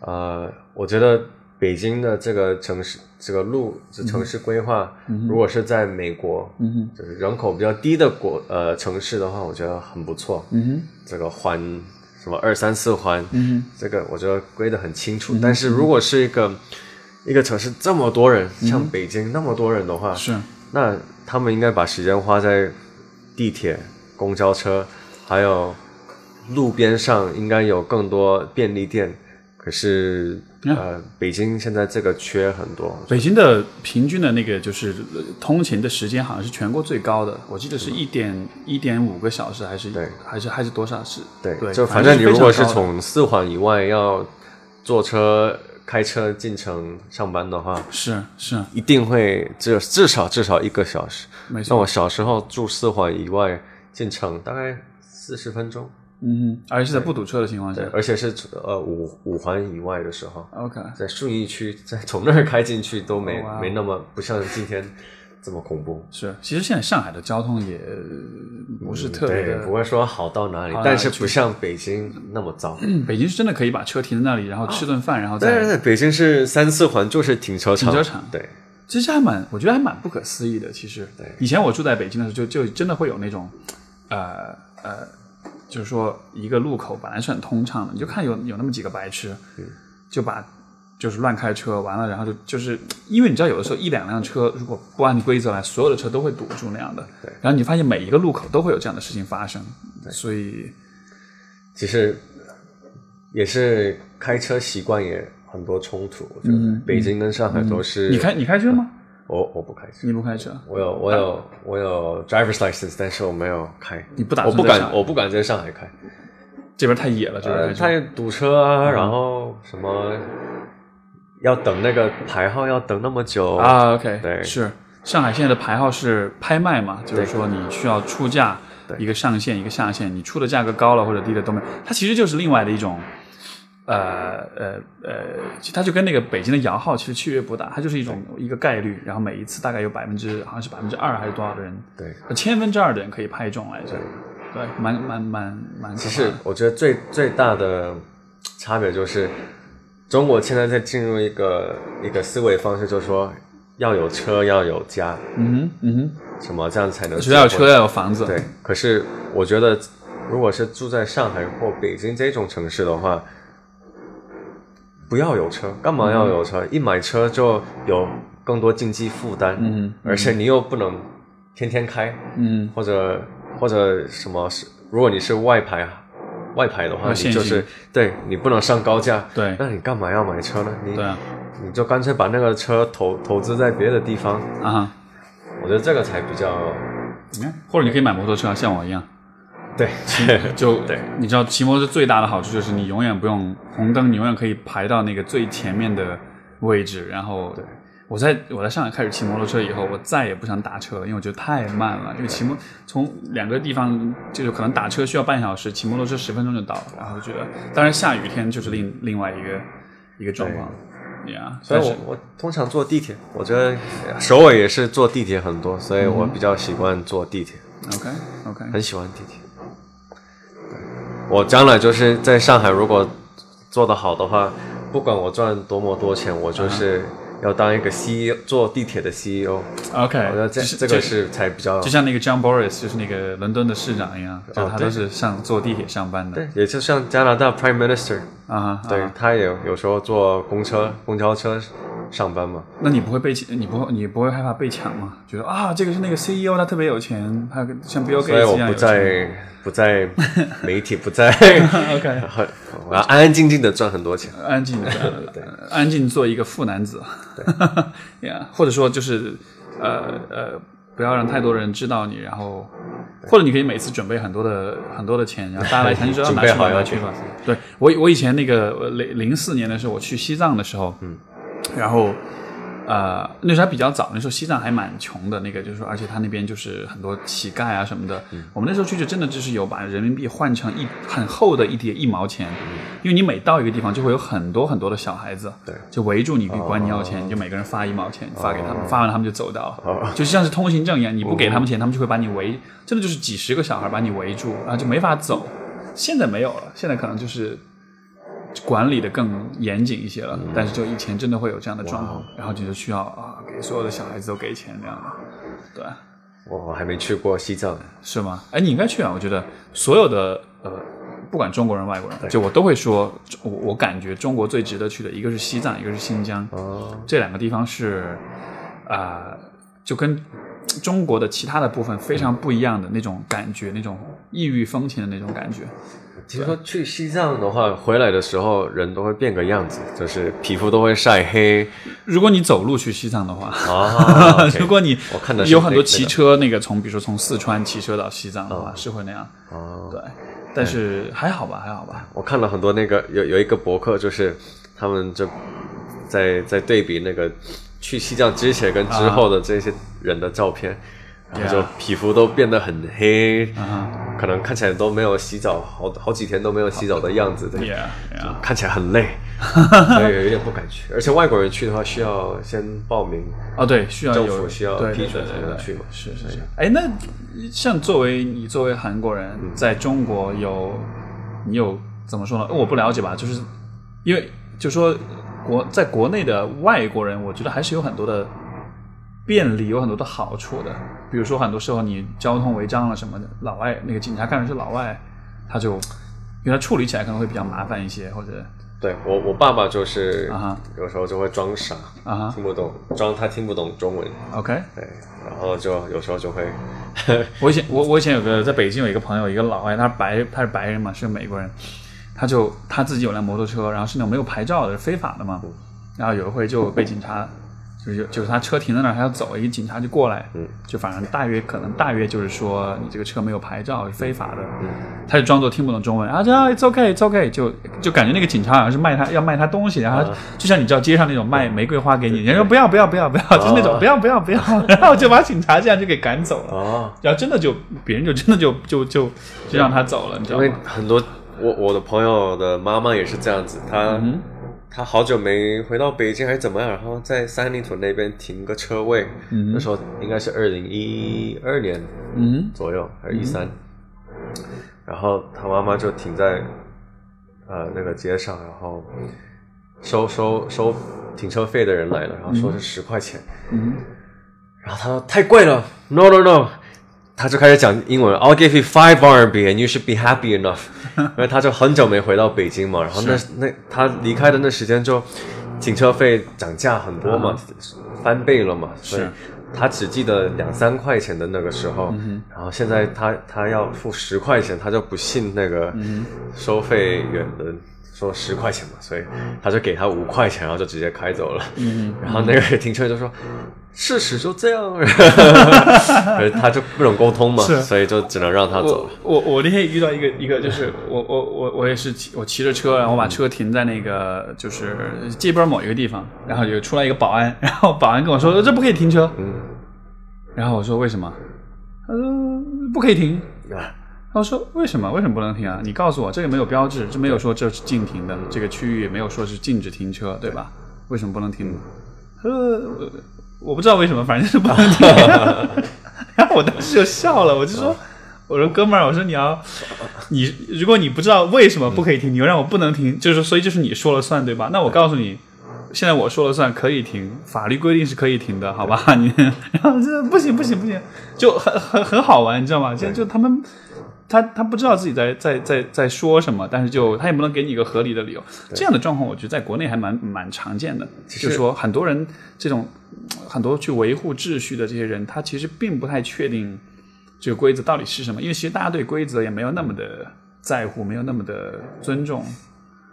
呃，我觉得北京的这个城市这个路这城市规划，如果是在美国，嗯哼，就是人口比较低的国呃城市的话，我觉得很不错。嗯哼，这个环什么二三四环，嗯这个我觉得归得很清楚。但是如果是一个一个城市这么多人，像北京那么多人的话，哼，是那他们应该把时间花在地铁、公交车，还有路边上，应该有更多便利店。可是，嗯呃，北京现在这个缺很多，北京的平均的那个就是呃通勤的时间好像是全国最高的，我记得是一点一点五个小时还是对还是还是多少是？对，对，就反正你如果是是非常高的从四环以外要坐车、开车进城上班的话，是是一定会至至少至少一个小时。没错，像我小时候住四环以外进城，大概四十分钟，嗯哼，而且是在不堵车的情况下对，而且是呃五五环以外的时候。 ，OK，在顺义区， *laughs* 在从那儿开进去都没、哦哇哦没那么不像今天这么恐怖，是，其实现在上海的交通也呃不是特别嗯对，的不，会说好到哪里好，到但哪是里不像北京那么糟。北京是真的可以把车停在那里，然后吃顿饭，然后但是再。在北京是三四环就是停车场，停车场对，其实还蛮，我觉得还蛮不可思议的。其实，对以前我住在北京的时候就，就真的会有那种，呃呃，就是说一个路口本来是很通畅的，你就看有有那么几个白痴，嗯就把就是乱开车，完了然后就就是因为你知道有的时候一两辆车如果不按规则来，所有的车都会堵住那样的。对然后你发现每一个路口都会有这样的事情发生，所以其实也是开车习惯也很多冲突。我觉得嗯北京跟上海都是、你开你开车吗？我我不开车，你不开车？我有我有、我有 driver's license，但是我没有开。你不打我算不在上敢，海我不敢在上海开。这边太野了，这边呃，开车太堵车嗯啊，然后什么要等那个排号要等那么久，啊，OK，对是上海现在的牌号是拍卖嘛，就是说你需要出价对一个上限一个下限，你出的价格高了或者低了都没有，它其实就是另外的一种，呃呃呃，其实它就跟那个北京的摇号其实区别不大，它就是一种一个概率，然后每一次大概有百分之好像是百分之二还是多少的人，对，千分之二的人可以拍中来着，对，蛮蛮蛮蛮可其怕实的，我觉得最最大的差别就是，中国现在在进入一个一个思维方式，就是说要有车要有家，嗯哼嗯哼，什么这样才能只要有结车啊婚要有房子，对，可是我觉得，如果是住在上海或北京这种城市的话，不要有车，干嘛要有车？一买车就有更多经济负担，嗯而且你又不能天天开，嗯，或者或者什么是，如果你是外牌外牌的话，要你限就行是对你不能上高架，对那你干嘛要买车呢？你对啊你就干脆把那个车投投资在别的地方，啊哈，嗯我觉得这个才比较啊你看，或者你可以买摩托车，像我一样。对，就对你知道骑摩托车最大的好处就是你永远不用红灯，你永远可以排到那个最前面的位置。然后，对我在我在上海开始骑摩托车以后，我再也不想打车了，因为我觉得太慢了。因为骑摩从两个地方就是可能打车需要半小时，骑摩托车十分钟就到了。然后觉得，当然下雨天就是另另外一个一个状况。呀，所以但是我我通常坐地铁，我觉得嗯首尔也是坐地铁很多，所以我比较习惯坐地铁， OK OK，很喜欢地铁。对我将来就是在上海，如果做得好的话，不管我赚多么多钱，我就是要当一个 CEO，坐地铁的 CEO。我觉 OK，得这这个是才比较就像那个 John Boris，就是那个伦敦的市长一样，就哦他对都是上坐地铁上班的对，也就像加拿大 Prime Minister，啊。对、啊他也有时候坐公车、公交车上班嘛。那你不会被你不会你不会害怕被抢吗？觉得啊，这个是那个 CEO，他特别有钱，他像 Bill 嗯所以 Gates 我一样不有钱。在不在媒体，不 *laughs* 在 OK，很， *laughs* 我要安安静静的赚很多钱。*laughs* 安静的，呃安静做一个富男子， *laughs* 对呀，或者说就是呃呃，不要让太多人知道你，然后或者你可以每次准备很多的很多的钱，然后大家来谈就说准拿备去吧好要拿去去吧。对我我以前那个呃零零四年的时候，我去西藏的时候，嗯，然后。呃，那时候还比较早，那时候西藏还蛮穷的，那个就是说，而且他那边就是很多乞丐啊什么的。我们那时候去就真的就是有把人民币换成一很厚的一叠一毛钱，因为你每到一个地方就会有很多很多的小孩子，对就围住你，管你要钱，你就每个人发一毛钱发给他们，发完了他们就走掉了哦，就像是通行证一样，你不给他们钱，他们就会把你围，真的就是几十个小孩把你围住，然后就没法走。现在没有了，现在可能就是管理的更严谨一些了，但是就以前真的会有这样的状况，然后你就需要啊给所有的小孩子都给钱那样的，对，我还没去过西藏，是吗？哎，你应该去啊！我觉得所有的呃，不管中国人外国人，就我都会说，我我感觉中国最值得去的一个是西藏，一个是新疆，哦这两个地方是啊、呃就跟中国的其他的部分非常不一样的那种感觉，那种异域风情的那种感觉。听说去西藏的话，回来的时候人都会变个样子，就是皮肤都会晒黑如果你走路去西藏的话，。啊 *laughs* 如果你我看的是嗯有很多这骑这个车，那个从比如说从四川骑车到西藏的话，是会那样，哦对。但是还好吧，还好吧。我看了很多那个有有一个博客，就是他们就在在对比那个去西藏之前跟之后的这些人的照片，然后就 Yeah 皮肤都变得很黑，啊哈、可能看起来都没有洗澡，好好几天都没有洗澡的样子，对， Yeah, yeah. 看起来很 *laughs* 累，所以有点不敢去。而且外国人去的话，需要先报名。哦，对，需要有政府需要对批准才能对对对去嘛是是是。哎，那像作为你作为韩国嗯人，在中国有你有怎么说呢？呃我不了解吧，就是因为就说国在国内的外国人，我觉得还是有很多的便利，有很多的好处的。比如说，很多时候你交通违章了什么的，老外那个警察看你是老外，他就因为他处理起来可能会比较麻烦一些，或者对我，我爸爸就是啊哈有时候就会装傻，啊哈听不懂，装他听不懂中文， ，OK。对，然后就有时候就会，我以前我我以前有个在北京有一个朋友，一个老外，他是白他是白人嘛，是个美国人，他就他自己有辆摩托车，然后是那种没有牌照的，是非法的嗯嘛。然后有一回就被警察，就是就是他车停在那儿，他要走，一个警察就过来，嗯就反正大约可能大约就是说你这个车没有牌照是非法的，嗯他就装作听不懂中文啊，这 it's okay it's okay，就就感觉那个警察好像是卖他要卖他东西，然嗯后他就像你知道街上那种卖玫瑰花给你，人家说不要不要不要不要，就是那种啊不要不要不 *laughs* 要，然后就把警察这样就给赶走了。哦，然后真的就别人就真的就就就就让他走了，你知因道为吗？很多我我的朋友的妈妈也是这样子，她、嗯她好久没回到北京还是怎么样，然后在三里屯那边停个车位，嗯那时候应该是二零一二年嗯左右还是一三、然后她妈妈就停在呃那个街上，然后收收收停车费的人来了，然后说是十块钱，嗯，然后他说太贵了，no no no，他就开始讲英文，I'll give you five RMB and you should be happy enough，因 *laughs* 为他就很久没回到北京嘛，然后那那他离开的那时间就停车费涨价很多嘛，翻倍了嘛，所以是他只记得两三块钱的那个时候，然后现嗯在他他要付十块钱，他就不信那个收费员的说十块钱嘛，所以他就给他五块钱，然后就直接开走了。嗯，然后那个停车位就说事实就这 *laughs* 样，可是他就不能沟通嘛，是所以就只能让他走我。我我那天也遇到一个一个，就是我我我我也是骑我骑着车，然后我把车停在那个就是街边某一个地方，然后就出来一个保安，然后保安跟我说呃这不可以停车，嗯然后我说为什么？他说不可以停。啊，他说为什么为什么不能停啊？你告诉我，这个没有标志，这没有说这是禁停的，这个区域也没有说是禁止停车，对吧？为什么不能停？他说呃我不知道为什么，反正是不能停。然后我当时就笑了，我就说。我说哥们儿，我说你要，你如果你不知道为什么不可以停，你又让我不能停，就是所以就是你说了算，对吧？那我告诉你，现在我说了算，可以停，法律规定是可以停的，好吧？你然后这不行不行不行，就很很很好玩，你知道吗？就就他们。他他不知道自己在在在在说什么，但是就他也不能给你一个合理的理由。这样的状况，我觉得在国内还蛮蛮常见的。就实说很多人这种呃很多去维护秩序的这些人，他其实并不太确定这个规则到底是什么，因为其实大家对规则也没有那么的在乎，没有那么的尊重。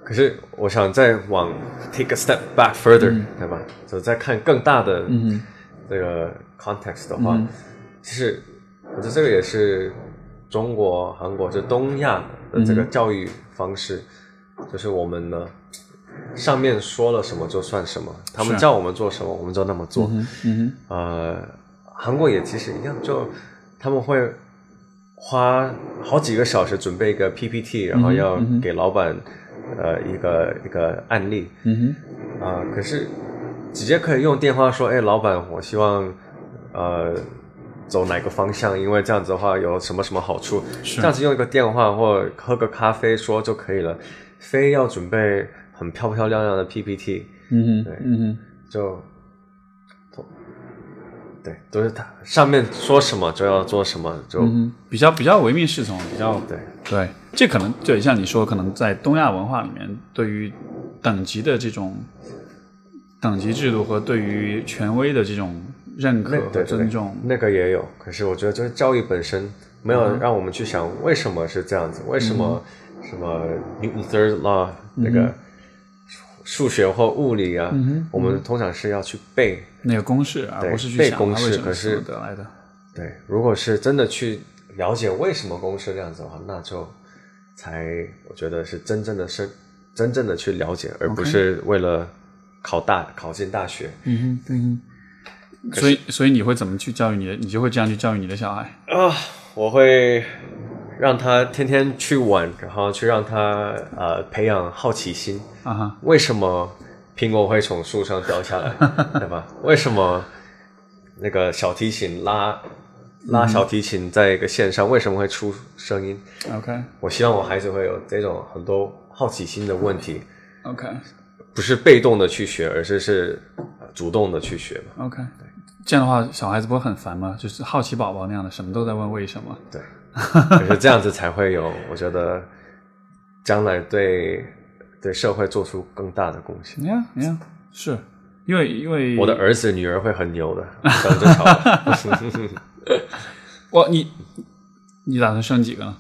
可是我想再往 take a step back further，、对嗯吧？就再看更大的这个 context 的嗯话，其实我觉得这个也是中国、韩国就东亚的嗯这个教育方式，就是我们呢上面说了什么就算什么，他们是叫我们做什么我们就那么做。嗯呃，韩国也其实一样，就他们会花好几个小时准备一个 PPT，然后要给老板、呃一个一个案例哼，嗯啊、可是直接可以用电话说，哎，老板，我希望呃走哪个方向，因为这样子的话有什么什么好处，是这样子用一个电话或喝个咖啡说就可以了，非要准备很漂漂亮亮的 PPT，哼，嗯对哼，嗯哼，就，对，都是他上面说什么就要做什么，就、嗯哼，比较比较唯命是从，比较对，对，这可能对像你说，可能在东亚文化里面，对于等级的这种等级制度和对于权威的这种认那可和对对尊对重，那个也有，可是我觉得就是教育本身没嗯有让我们去想为什么是这样子，为什么什么 Newton third law、那嗯个数学或物理啊，我嗯们通常是要去背，那个公式，而对不是去被想它公为式什么可是是得来的。对，如果是真的去了解为什么公式这样子的话，那就才我觉得是真正的是真正的去了解，而不是为了考大考进大学。嗯哼，嗯哼。所以，所以你会怎么去教育你的？你就会这样去教育你的小孩。啊，我会让他天天去玩，然后去让他呃培养好奇心。啊哈，为什么苹果会从树上掉下来，对吧？为什么那个小提琴拉拉小提琴在一个线上为什么会出声音？ OK，OK，、我希望我孩子会有这种很多好奇心的问题，不是被动的去学，而是是呃主动的去学嘛。 OK，这样的话，小孩子不会很烦吗？就是好奇宝宝那样的，什么都在问为什么。对，可是这样子才会有，我觉得将来对对社会做出更大的贡献。你看，你看，是因为因 *laughs* 为我的儿子女儿会很牛的，这样就好了。我你你打算生几个呢？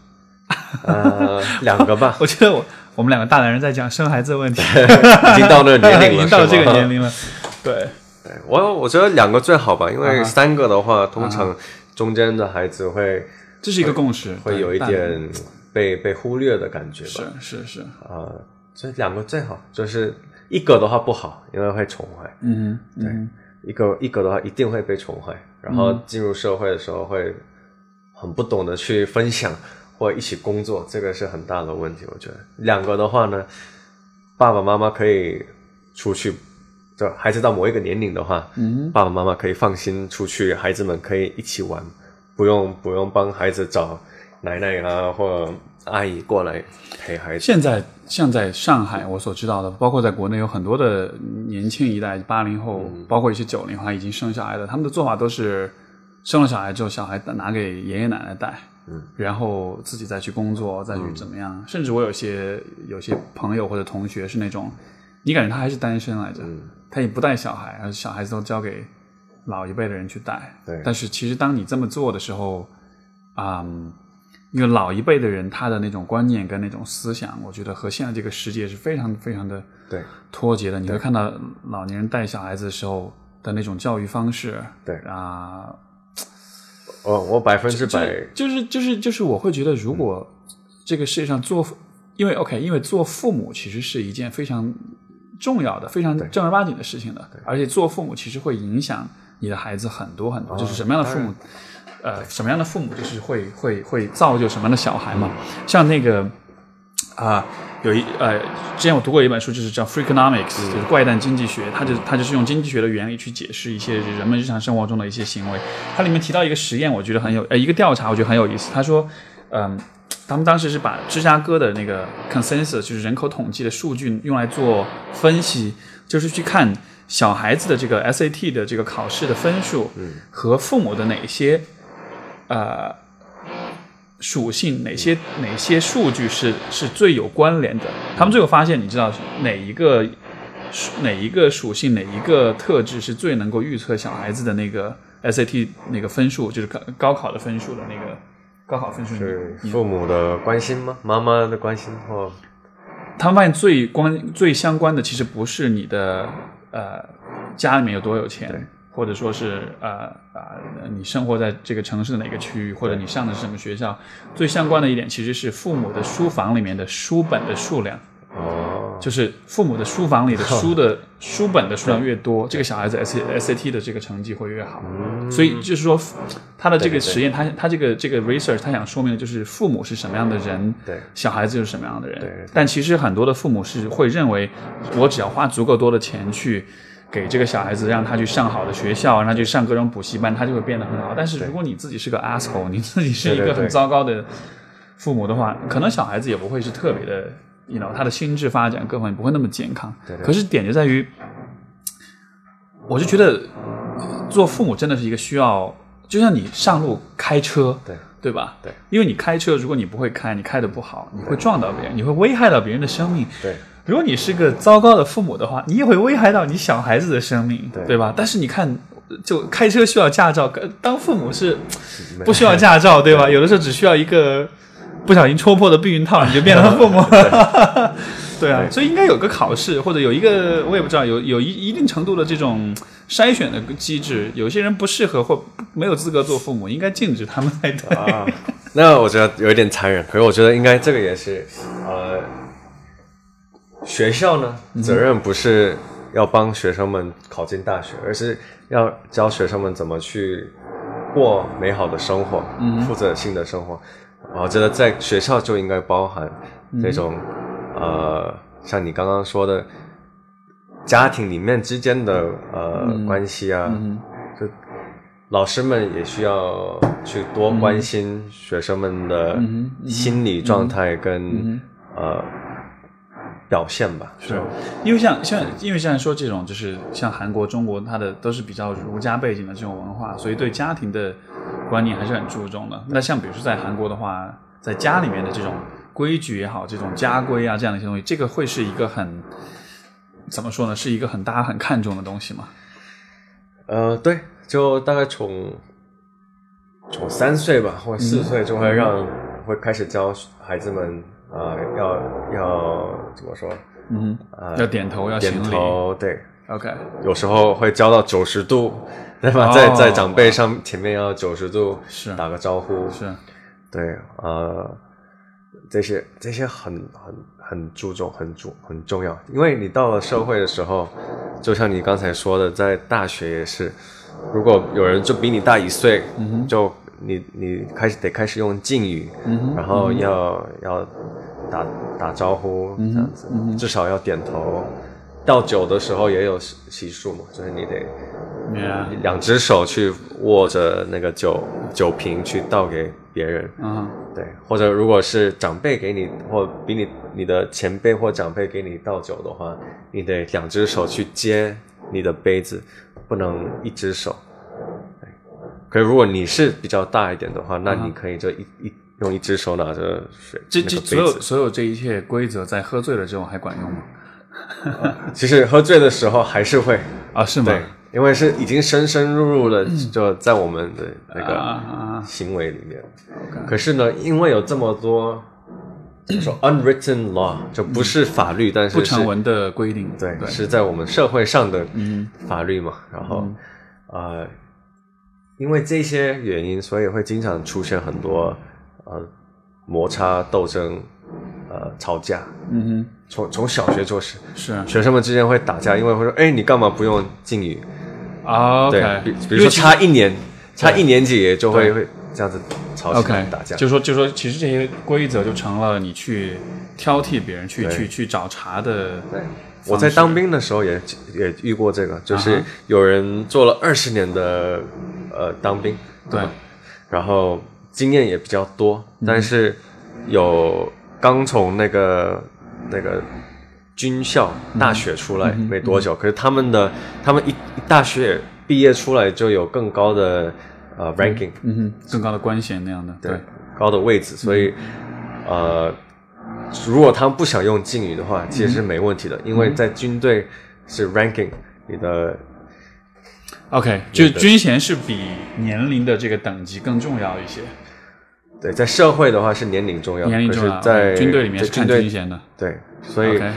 *laughs* 呃，两个吧，我觉得我我们两个大男人在讲生孩子的问 *laughs* 题，已经 *laughs* 到那个年龄了， *laughs* 已经到这个年龄。龄了。对，对我我觉得两个最好吧，因为三个的话，通常中间的孩子会这是一个共识，会有一对点被被忽略的感觉吧。大是是是，呃，这两个最好，就是一个的话不好，因为会宠坏；嗯哼，对，一个一个的话一定会被宠坏，然后进入社会的时候会很不懂得去分享或一起工作，这个是很大的问题。我觉得两个的话呢，爸爸妈妈可以出去。就孩子到某一个年龄的话，嗯爸爸妈妈可以放心出去，孩子们可以一起玩，不用不用帮孩子找奶奶啊或阿姨过来陪孩子。现在像在上海，我所知道的，包括在国内有很多的年轻一代，八零后，包括一些九零后还已经生小孩的，他们的做法都是生了小孩之后，小孩拿给爷爷奶奶带，嗯，然后自己再去工作，再去怎么样。甚至我有些有些朋友或者同学是那种，你感觉他还是单身来着，嗯他也不带小孩，而小孩子都交给老一辈的人去带。对但是其实当你这么做的时候，啊、因为老一辈的人他的那种观念跟那种思想，我觉得和现在这个世界是非常非常的对脱节的。你会看到老年人带小孩子的时候的那种教育方式，对啊、哦，我百分之百就是就是就是我会觉得，如果这个世界上做，因为 OK，因为做父母其实是一件非常重要的、非常正儿八经的事情的，而且做父母其实会影响你的孩子很多很多，就是什么样的父母，呃，什么样的父母就是会会会造就什么样的小孩嘛。像那个啊、有一呃，之前我读过一本书，就是叫《Freakonomics》，就是怪诞经济学。它就它就是用经济学的原理去解释一些人们日常生活中的一些行为。它里面提到一个实验，我觉得很有呃一个调查，我觉得很有意思。他说，嗯、他们当时是把芝加哥的那个 consensus，就是人口统计的数据用来做分析，就是去看小孩子的这个 SAT 的这个考试的分数和父母的哪些呃属性哪些哪些数据是是最有关联的。他们最后发现，你知道哪一个属哪一个属性哪一个特质是最能够预测小孩子的那个 SAT 那个分数，就是高高考的分数的那个高考分数。是嗯父母的关心吗？妈妈的关心哦或他们发现最关最相关的其实不是你的呃家里面有多有钱，或者说是呃啊、呃、你生活在这个城市的哪个区域，或者你上的是什么学校，最相关的一点其实是父母的书房里面的书本的数量，哦，就是父母的书房里的书的书本的数量越多，这个小孩子 S S A T 的这个成绩会越好。嗯所以就是说，他的这对对对个实验，他他这个这个 research，他想说明的就是父母是什么样的人，对小孩子就是什么样的人。对对对但其实很多的父母是会认为，我只要花足够多的钱去给这个小孩子，让他去上好的学校，让他去上各种补习班，他就会变得很好。但是如果你自己是个 asshole，你 *laughs* 自己是一对个对对很糟糕的父母的话，可能小孩子也不会是特别的，你 you know，他的心智发展各方面不会那么健康。对对可是点就在于，我就觉得呃做父母真的是一个需要，就像你上路开车，对对吧？对，因为你开车，如果你不会开，你开的不好，你会撞到别人，你会危害到别人的生命。对如果你是个糟糕的父母的话，你也会危害到你小孩子的生命，对吧？但是你看，就开车需要驾照，呃当父母是不需要驾照， *laughs* 对吧？有的时候只需要一个不小心戳破的避孕套，你就变成了父 *laughs* 母。对啊，对所以应该有个考试，或者有一个我也不知道，有有一一定程度的这种筛选的机制。有些人不适合或不没有资格做父母，应该禁止他们才对。啊， *laughs* 那我觉得有一点残忍，可是我觉得应该这个也是，呃，学校呢责任不是要帮学生们考进大学，而是要教学生们怎么去过美好的生活，负责性的生活。我觉得在学校就应该包含这种，呃，像你刚刚说的，家庭里面之间的呃、关系嗯啊，就老师们也需要去多关心学生们的嗯哼心理状态跟、嗯呃表现吧。是，因为像像因为像说这种就是像韩国、中国，它的都是比较儒家背景的这种文化，所以对家庭的观念还是很注重的。那像比如说在韩国的话，在家里面的这种规矩也好，这种家规啊这样的一些东西，这个会是一个很怎么说呢？是一个很大家很看重的东西嘛？呃，对，就大概从从三岁吧，或者四岁就会让、会开始教孩子们啊、呃要要怎么说？嗯呃，要点头，要行点礼。头，对， OK，有时候会教到九十度，对吧？哦在在长辈上前面要九十度，是打个招呼，是，对，呃，这些这些很很很注重，很重很重要，因为你到了社会的时候，就像你刚才说的，在大学也是，如果有人就比你大一岁，就你你开始得开始用敬语，嗯然后要、要打打招呼、这样子，至少要点头。倒酒的时候也有习习俗嘛，就是你得嗯 Yeah，两只手去握着那个酒酒瓶去倒给别人，嗯对，或者如果是长辈给你或比你你的前辈或长辈给你倒酒的话，你得两只手去接你的杯子，不能一只手。对，可如果你是比较大一点的话，那你可以就一一用一只手拿着水，啊这那这个所有杯子。所有这一切规则，在喝醉了之后还管用吗？其实喝醉的时候还是会，啊，是吗嗯对？因为是已经深深入入的就在我们的那个啊，行为里面。可是呢，因为有这么多怎么说 unwritten law，就不是法律，但是嗯不是成文的规定，对，对，是在我们社会上的嗯法律嘛。然后，呃，因为这些原因，所以会经常出现很多呃摩擦、斗争、呃吵架。嗯从从小学就是，哼，是啊学生们之间会打架，因为会说：“哎，你干嘛不用敬语？”啊对，OK，，比比如说差一年，差一年级也就会会这样子吵起来 OK，打架。就说就说，其实这些规则就成了你去挑剔别人、去对去去找茬的。对，我在当兵的时候也也遇过这个，就啊是哈有人做了二十年的呃当兵，对，嗯然后经验也比较多，但是有刚从那个那个军校大学出嗯来没多久，可是他们的他们一一大学毕业出来就有更高的呃 ranking，、嗯哼，更高的官衔那样的。对，高的位置，所以、呃，如果他们不想用敬语的话，其实是没问嗯题的，因为在军队是 ranking 你的 o k 就对军衔是比年龄的这个等级更重要一些。对，在社会的话是年龄重要，年龄重要，可嗯是在军队里面在是看军军队衔的。对，所以 OK 嗯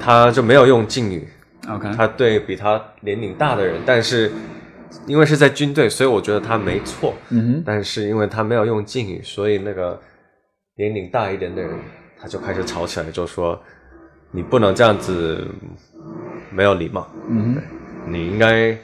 他就没有用敬语， OK，他对比他年龄大的人，但是因为是在军队，所以我觉得他没错，嗯但是因为他没有用敬语，所以那个年龄大一点的人他就开始吵起来，就说你不能这样子没有礼貌，哼嗯哼你应该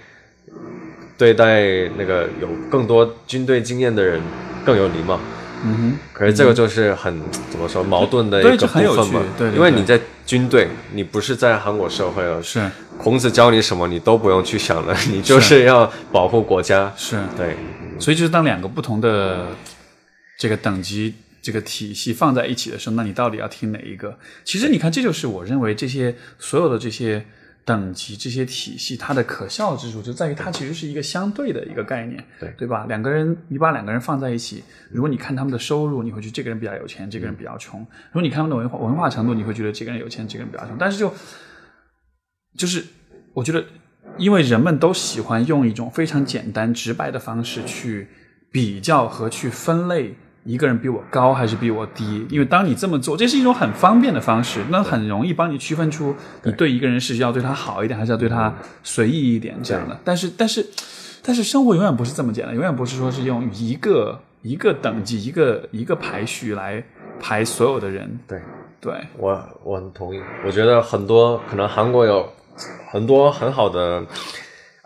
对待那个有更多军队经验的人更有礼貌。嗯哼。可是这个就是很、怎么说矛盾的对一这个很有部分嘛趣，对对因为对你在军队，你不是在韩国社会了，是孔子教你什么你都不用去想了，你就是要保护国家。是，对，所以就是当两个不同的这个等级、这个体系放在一起的时候，那你到底要听哪一个？其实你看，这就是我认为这些所有的这些等级、这些体系，它的可笑之处就在于它其实是一个相对的一个概念，对对吧？两个人，你把两个人放在一起，如果你看他们的收入，你会觉得这个人比较有钱，这个人比较穷；如果你看他们的文化文化程度，你会觉得这个人有钱，这个人比较穷。但是就就是我觉得，因为人们都喜欢用一种非常简单直白的方式去比较和去分类一个人比我高还是比我低，因为当你这么做，这是一种很方便的方式，那很容易帮你区分出你对一个人是要对他好一点，还是要对他随意一点这样的。但是，但是，但是生活永远不是这么简单，永远不是说是用一个一个等级、一个一个排序来排所有的人。对对，我我很同意。我觉得很多可能韩国有很多很好的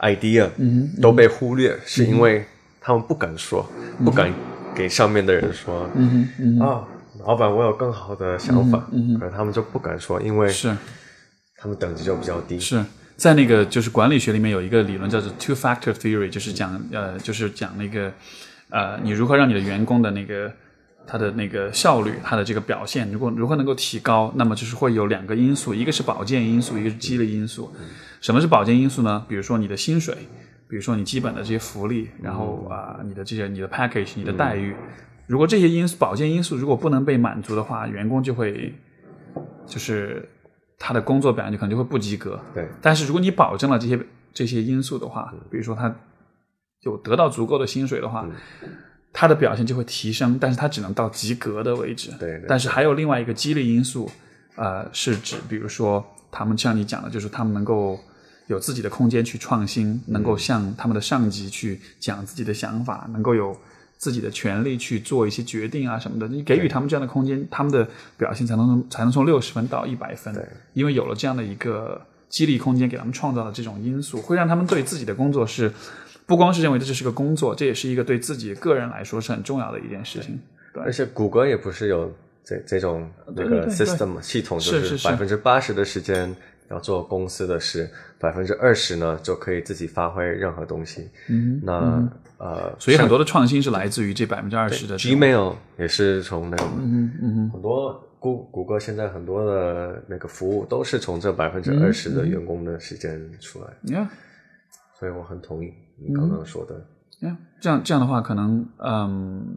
idea，嗯都被忽略，是因为他们不敢说，不敢给上面的人说。嗯哼嗯哼，啊，老板，我有更好的想法，嗯可是他们就不敢说，因为是。他们等级就比较低。是在那个就是管理学里面有一个理论叫做 two factor theory，就是讲呃就是讲那个呃你如何让你的员工的那个他的那个效率，他的这个表现，如果如何能够提高，那么就是会有两个因素，一个是保健因素，一个是激励因素。什么是保健因素呢？比如说你的薪水，比如说你基本的这些福利，然后啊、你的这些你的 package，你的待遇。如果这些因素保健因素如果不能被满足的话，员工就会就是他的工作表现就可能就会不及格。对，但是如果你保证了这些这些因素的话，嗯比如说他有得到足够的薪水的话，嗯他的表现就会提升，但是他只能到及格的为止。对对但是还有另外一个激励因素，呃，是指比如说他们像你讲的，就是他们能够。有自己的空间去创新，能嗯够向他们的上级去讲自己的想法，能够有自己的权利去做一些决定啊什么的。你给予他们这样的空间，他们的表现才能从才能从六十分到一百分。因为有了这样的一个激励空间，给他们创造的这种因素，会让他们对自己的工作是不光是认为这就是个工作，这也是一个对自己个人来说是很重要的一件事情。而且谷歌也不是有这这种那对对个对 system 系统，就是是是百分之八十的时间要做公司的事，百分之二十呢就可以自己发挥任何东西。嗯，那、呃，所以很多的创新是来自于这百分之二十的这种。 Gmail 也是从那个、嗯嗯嗯很多谷谷歌现在很多的那个服务都是从这百分之二十的员工的时间出来， ，Yeah。所以我很同意你刚刚说的。 Yeah, 哎这样这样的话，可能嗯，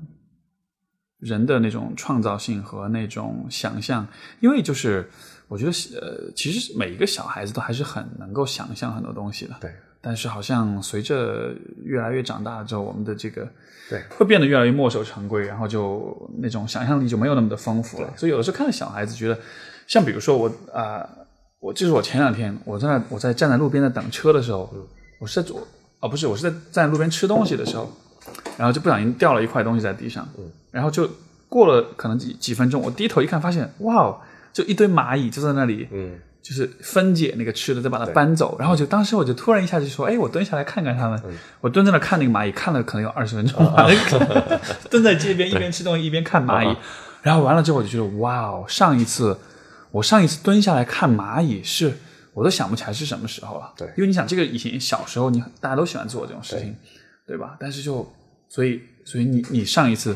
人的那种创造性和那种想象，因为就是我觉得呃，其实每一个小孩子都还是很能够想象很多东西的。对但是好像随着越来越长大之后，我们的这个对会变得越来越墨守成规，然后就那种想象力就没有那么的丰富了。所以有的时候看到小孩子，觉得像比如说我啊、我就是我前两天我在那我在站在路边在等车的时候，嗯我是在左哦不是我是在站在路边吃东西的时候，然后就不小心掉了一块东西在地上，然后就过了可能几几分钟，我低头一看，发现哇哦，就一堆蚂蚁就在那里，嗯，就是分解那个吃的，再把它搬走。然后就当时我就突然一下就说，哎，我蹲下来看看它们。嗯我蹲在那看那个蚂蚁，看了可能有二十分钟吧，哦 *laughs* 蹲在街边一边吃东西一边看蚂嗯蚁。然后完了之后我就觉得，哇哦，上一次我上一次蹲下来看蚂蚁是。我都想不起来是什么时候了，对因为你想，这个以前小时候你大家都喜欢做这种事情，对吧？但是就所以所以你你上一次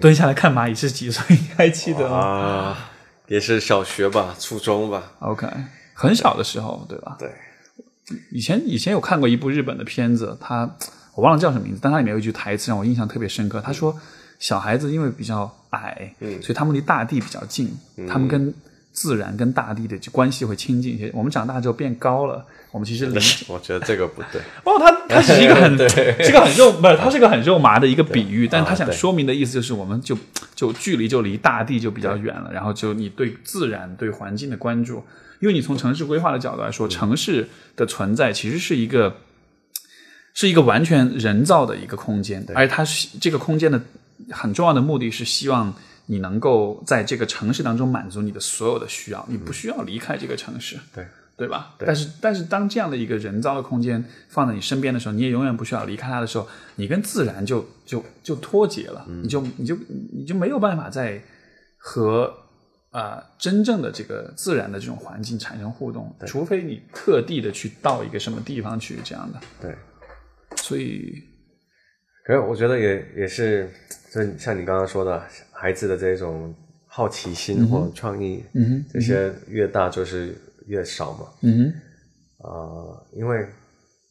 蹲下来看蚂蚁是几岁？你还记得吗嗯啊，也是小学吧，初中吧， ？OK，很小的时候，对吧？对，以前以前有看过一部日本的片子，它我忘了叫什么名字，但它里面有一句台词让我印象特别深刻。他说，小孩子因为比较矮，所以他们离大地比较近，他们跟自然跟大地的关系会亲近一些。我们长大之后变高了，我们其 *laughs* 实离我觉得这个 *laughs* 不对，哦，他他只是一个 *laughs* *laughs* 很是一个很肉，不是，他是一个很肉麻的一个比喻，但他想对说明的意思就是，我们就就距离就离大地就比较远了，然后就你对自然、对环境的关注，因为你从城市规划的角度来嗯说，城市的存在其实是一个是一个完全人造的一个空间，而它是这个空间的很重要的目的是希望你能够在这个城市当中满足你的所有的需要，你嗯不需要离开这个城市。对对吧？但是但是当这样的一个人造的空间放在你身边的时候，你也永远不需要离开它的时候，你跟自然就就就脱节了，嗯你就你就你就没有办法再和啊、呃真正的这个自然的这种环境产生互动，除非你特地的去到一个什么地方去这样的。对。所以可是我觉得也也是，就是像你刚刚说的，孩子的这种好奇心或创意，嗯哼这些越大就是越少嘛。嗯啊、因为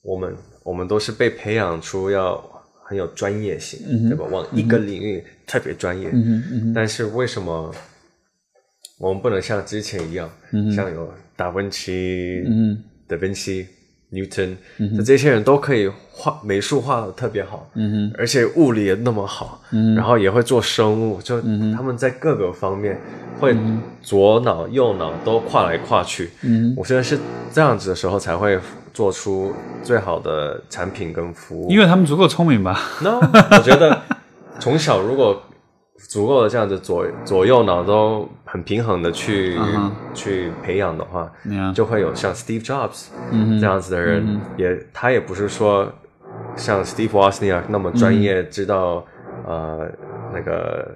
我们我们都是被培养出要很有专业性，嗯哼对吧？往一个领域特别专业。嗯哼嗯但是为什么我们不能像之前一样，像有达芬奇、嗯达芬奇、Newton 的这些人都可以画美术画的特别好，嗯而且物理也那么好，嗯然后也会做生物，就他们在各个方面会左脑右脑都跨来跨去。嗯，我觉得是这样子的时候才会做出最好的产品跟服务。因为他们足够聪明吧？ no，我觉得从小如果足够的这样子左左右脑都很平衡的去、嗯哼去培养的话，那样就会有像 Steve Jobs 嗯哼这样子的人，也他也不是说像 Steve Wozniak 那么嗯专业，知道、呃那个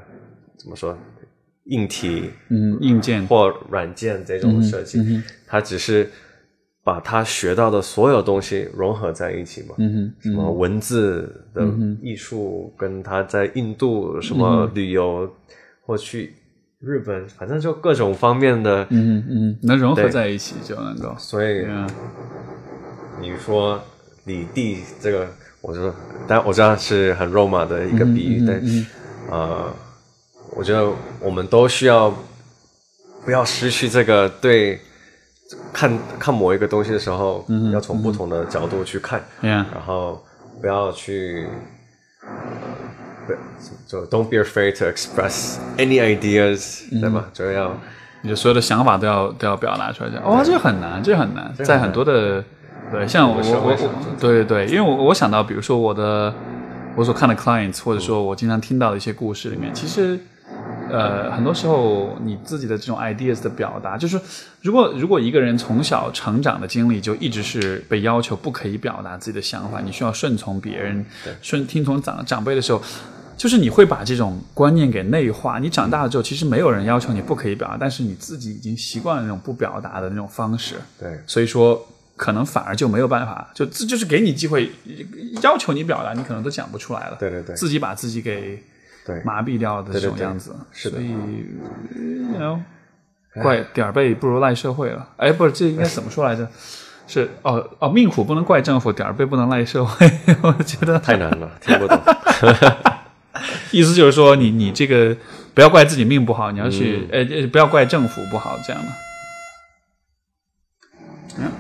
怎么说硬体嗯硬件嗯或软件这种设计，他只是把他学到的所有东西融合在一起嘛。嗯什么文字的艺术，跟他在印度什嗯么旅游，或去日本，反正就各种方面的。嗯哼嗯哼能融合对在一起就能够所以嗯。你说李弟这个，我就但我知道是很肉麻的一个比嗯喻，但、呃，我觉得我们都需要不要失去这个对看看某一个东西的时候，嗯要从不同的角度去看。 Yeah. 然后不要去，不就 don't be afraid to express any ideas，、对嗯吧？就要你的所有的想法都要都要表达出来，这样哦，这个很难，这个很难，在很多的对，像我社我会我上对对对，因为我我想到，比如说我的我所看的 clients，或者说我经常听到的一些故事里面，其实呃，很多时候你自己的这种 ideas 的表达，就是如果如果一个人从小成长的经历就一直是被要求不可以表达自己的想法，你需要顺从别人，顺听从长长辈的时候。就是你会把这种观念给内化。你长大了之后，其实没有人要求你不可以表达，但是你自己已经习惯了那种不表达的那种方式，对所以说可能反而就没有办法，就这就是给你机会，要求你表达，你可能都讲不出来了。对对对自己把自己给对麻痹掉的这种对对对样子。是的嗯所以呃，you know，怪点儿背不如赖社会了。哎，不是，这应该怎么说来着？是哦哦，命苦不能怪政府，点儿背不能赖社会。 *laughs* 我觉得太难了，听不懂。意思就是说你，你这个不要怪哎自己命嗯不好，你要去、呃呃不要怪政府不好这样的。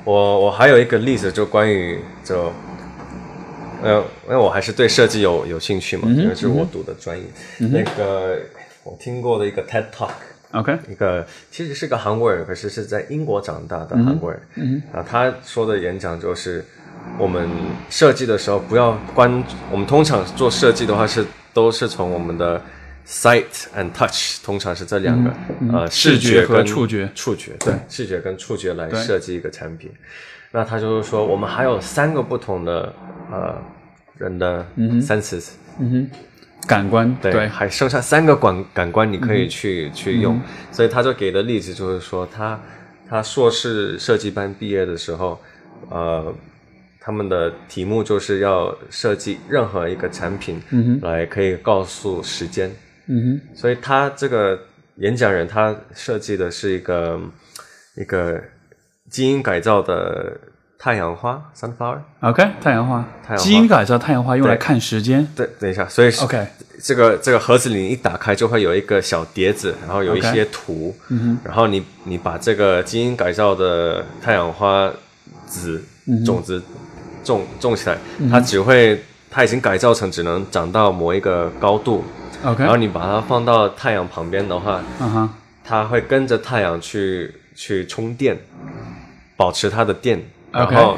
我我还有一个例子，就关于就，呃，因为我还是对设计有有兴趣嘛，因为这是我读的专业。那个我听过的一个 TED Talk， OK，一个其实是个韩国人，可是是在英国长大的韩国人。嗯，啊，他说的演讲就是，我们设计的时候不要关，我们通常做设计的话是都是从我们的 sight and touch，通常是这两个、呃嗯视视觉和跟触觉触觉对对视觉跟触觉来设计一个产品。那他就是说，我们还有三个不同的呃人的嗯 senses，、感官对，对，还剩下三个感感官你可以去、去用，所以他就给的例子就是说，他他硕士设计班毕业的时候，呃，他们的题目就是要设计任何一个产品，来可以告诉时间，嗯所以他这个演讲人他设计的是一个一个基因改造的太阳花 sunflower，哼，OK，太阳花，太阳花基因改造太阳花用来对看时间对，等一下，所以是，OK，这个这个盒子里一打开就会有一个小碟子，然后有一 OK 嗯些图然后你你把这个基因改造的太阳花籽、种子嗯种种起来，它只会它已经改造成只能长到某一个高度 OK 然后你把它放到太阳旁边的话，嗯哼，它会跟着太阳去去充电，保持它的电，然 OK 后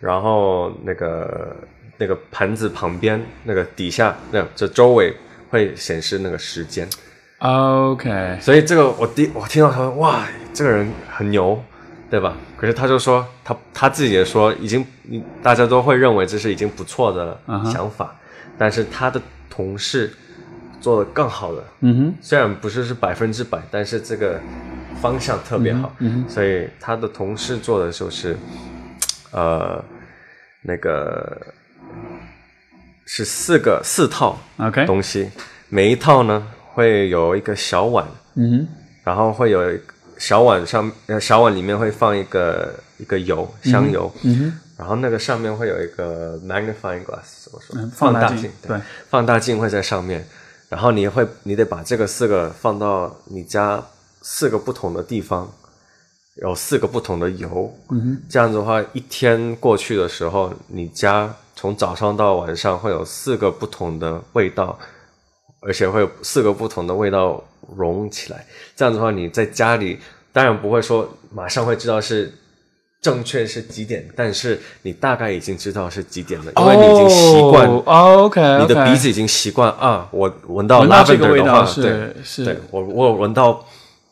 然后那个那个盘子旁边那个底下那这周围会显示那个时间， OK，所以这个我第我听到他说哇，这个人很牛，对吧？可是他就说他他自己也说已经你大家都会认为这是已经不错的嗯哼想法但是他的同事做的更好了。嗯虽然不是是百分之百，但是这个方向特别嗯好，所以他的同事做的就是，呃，那个是四个四套哼，OK，东西，每一套呢会有一个小碗，嗯然后会有一个小碗上呃小碗里面会放一个一个油香油，嗯然后那个上面会有一个 magnifying glass，怎么说嗯？放放大大镜对，放大镜会在上面，然后你会你得把这个四个放到你家四个不同的地方，有四个不同的油，嗯这样子的话，一天过去的时候，你家从早上到晚上会有四个不同的味道，而且会有四个不同的味道融起来。这样子的话，你在家里当然不会说马上会知道是正确是几点，但是你大概已经知道是几点了，因为你已经习惯。哦，OK，你的鼻子已经习惯啊，我闻到闻到这个 lavender 味的道话，是啊对，是对我我有闻到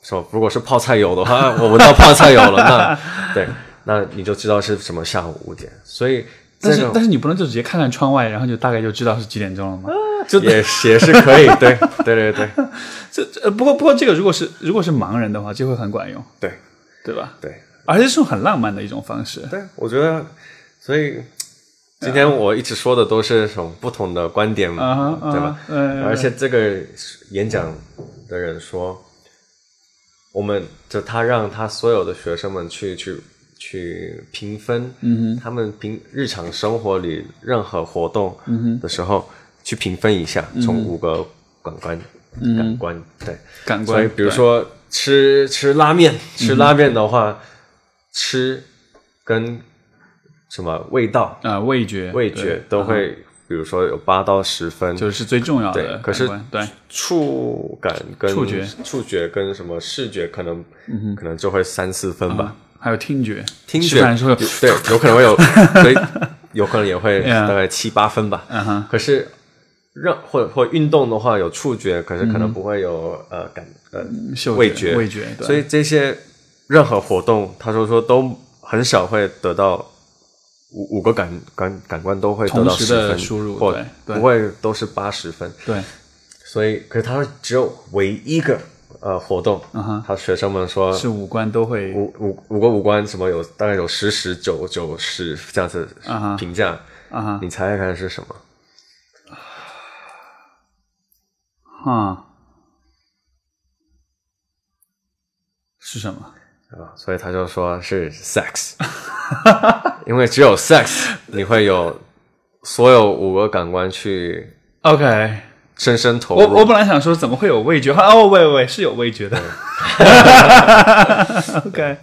说，如果是泡菜油的话， *laughs* 啊我闻到泡菜油了，那对，那你就知道是什么下午五点，所以这但是个但是你不能就直接看看窗外，然后就大概就知道是几点钟了吗？也也是可以，对对对对这这呃不过不过这个如果是如果是盲人的话，就会很管用，对对吧？对而且是很浪漫的一种方式。对，我觉得，所以今天我一直说的都是什么不同的观点啊哈嘛，啊哈对吧？嗯而且这个演讲的人说，我们就他让他所有的学生们去去去评分，嗯他们平日常生活里任何活动嗯的时候、去评分一下，从五个感官，感官对，嗯感官嗯所以比如说吃吃拉面，吃拉面的话，吃跟什么味道、啊、味觉味对嗯觉都会，比如说有八到十分，就是最重要的对感官。可是对，触感跟触觉、触觉跟什么视觉可能、可能就会三四分吧。还有听觉，听啊吃觉饭的时候有对，有可能 *laughs* 会有，所以有可能也会 Yeah 大概七八分吧。嗯哼可是让或或运动的话有触觉，可是可能不会有、呃感呃嗅味觉、觉味觉，嗯对所以这些任何活动，他说说都很少会得到五五个感感感官都会得到同时十的分输入或对对不会都是八十分。对，所以，可是他说只有唯一一个呃活动，嗯哼他学生们说是五官都会五五五个五官什么有大概有十十九九十这样子嗯哼评价啊哈你猜猜看是什么？哈。是什么？啊，所以他就说是 *laughs* sex，因为只有 sex 你会有所有五个感官去 OK，深深投入。我我本来想说怎么会有味觉，哦，喂喂，是有味觉的。OK，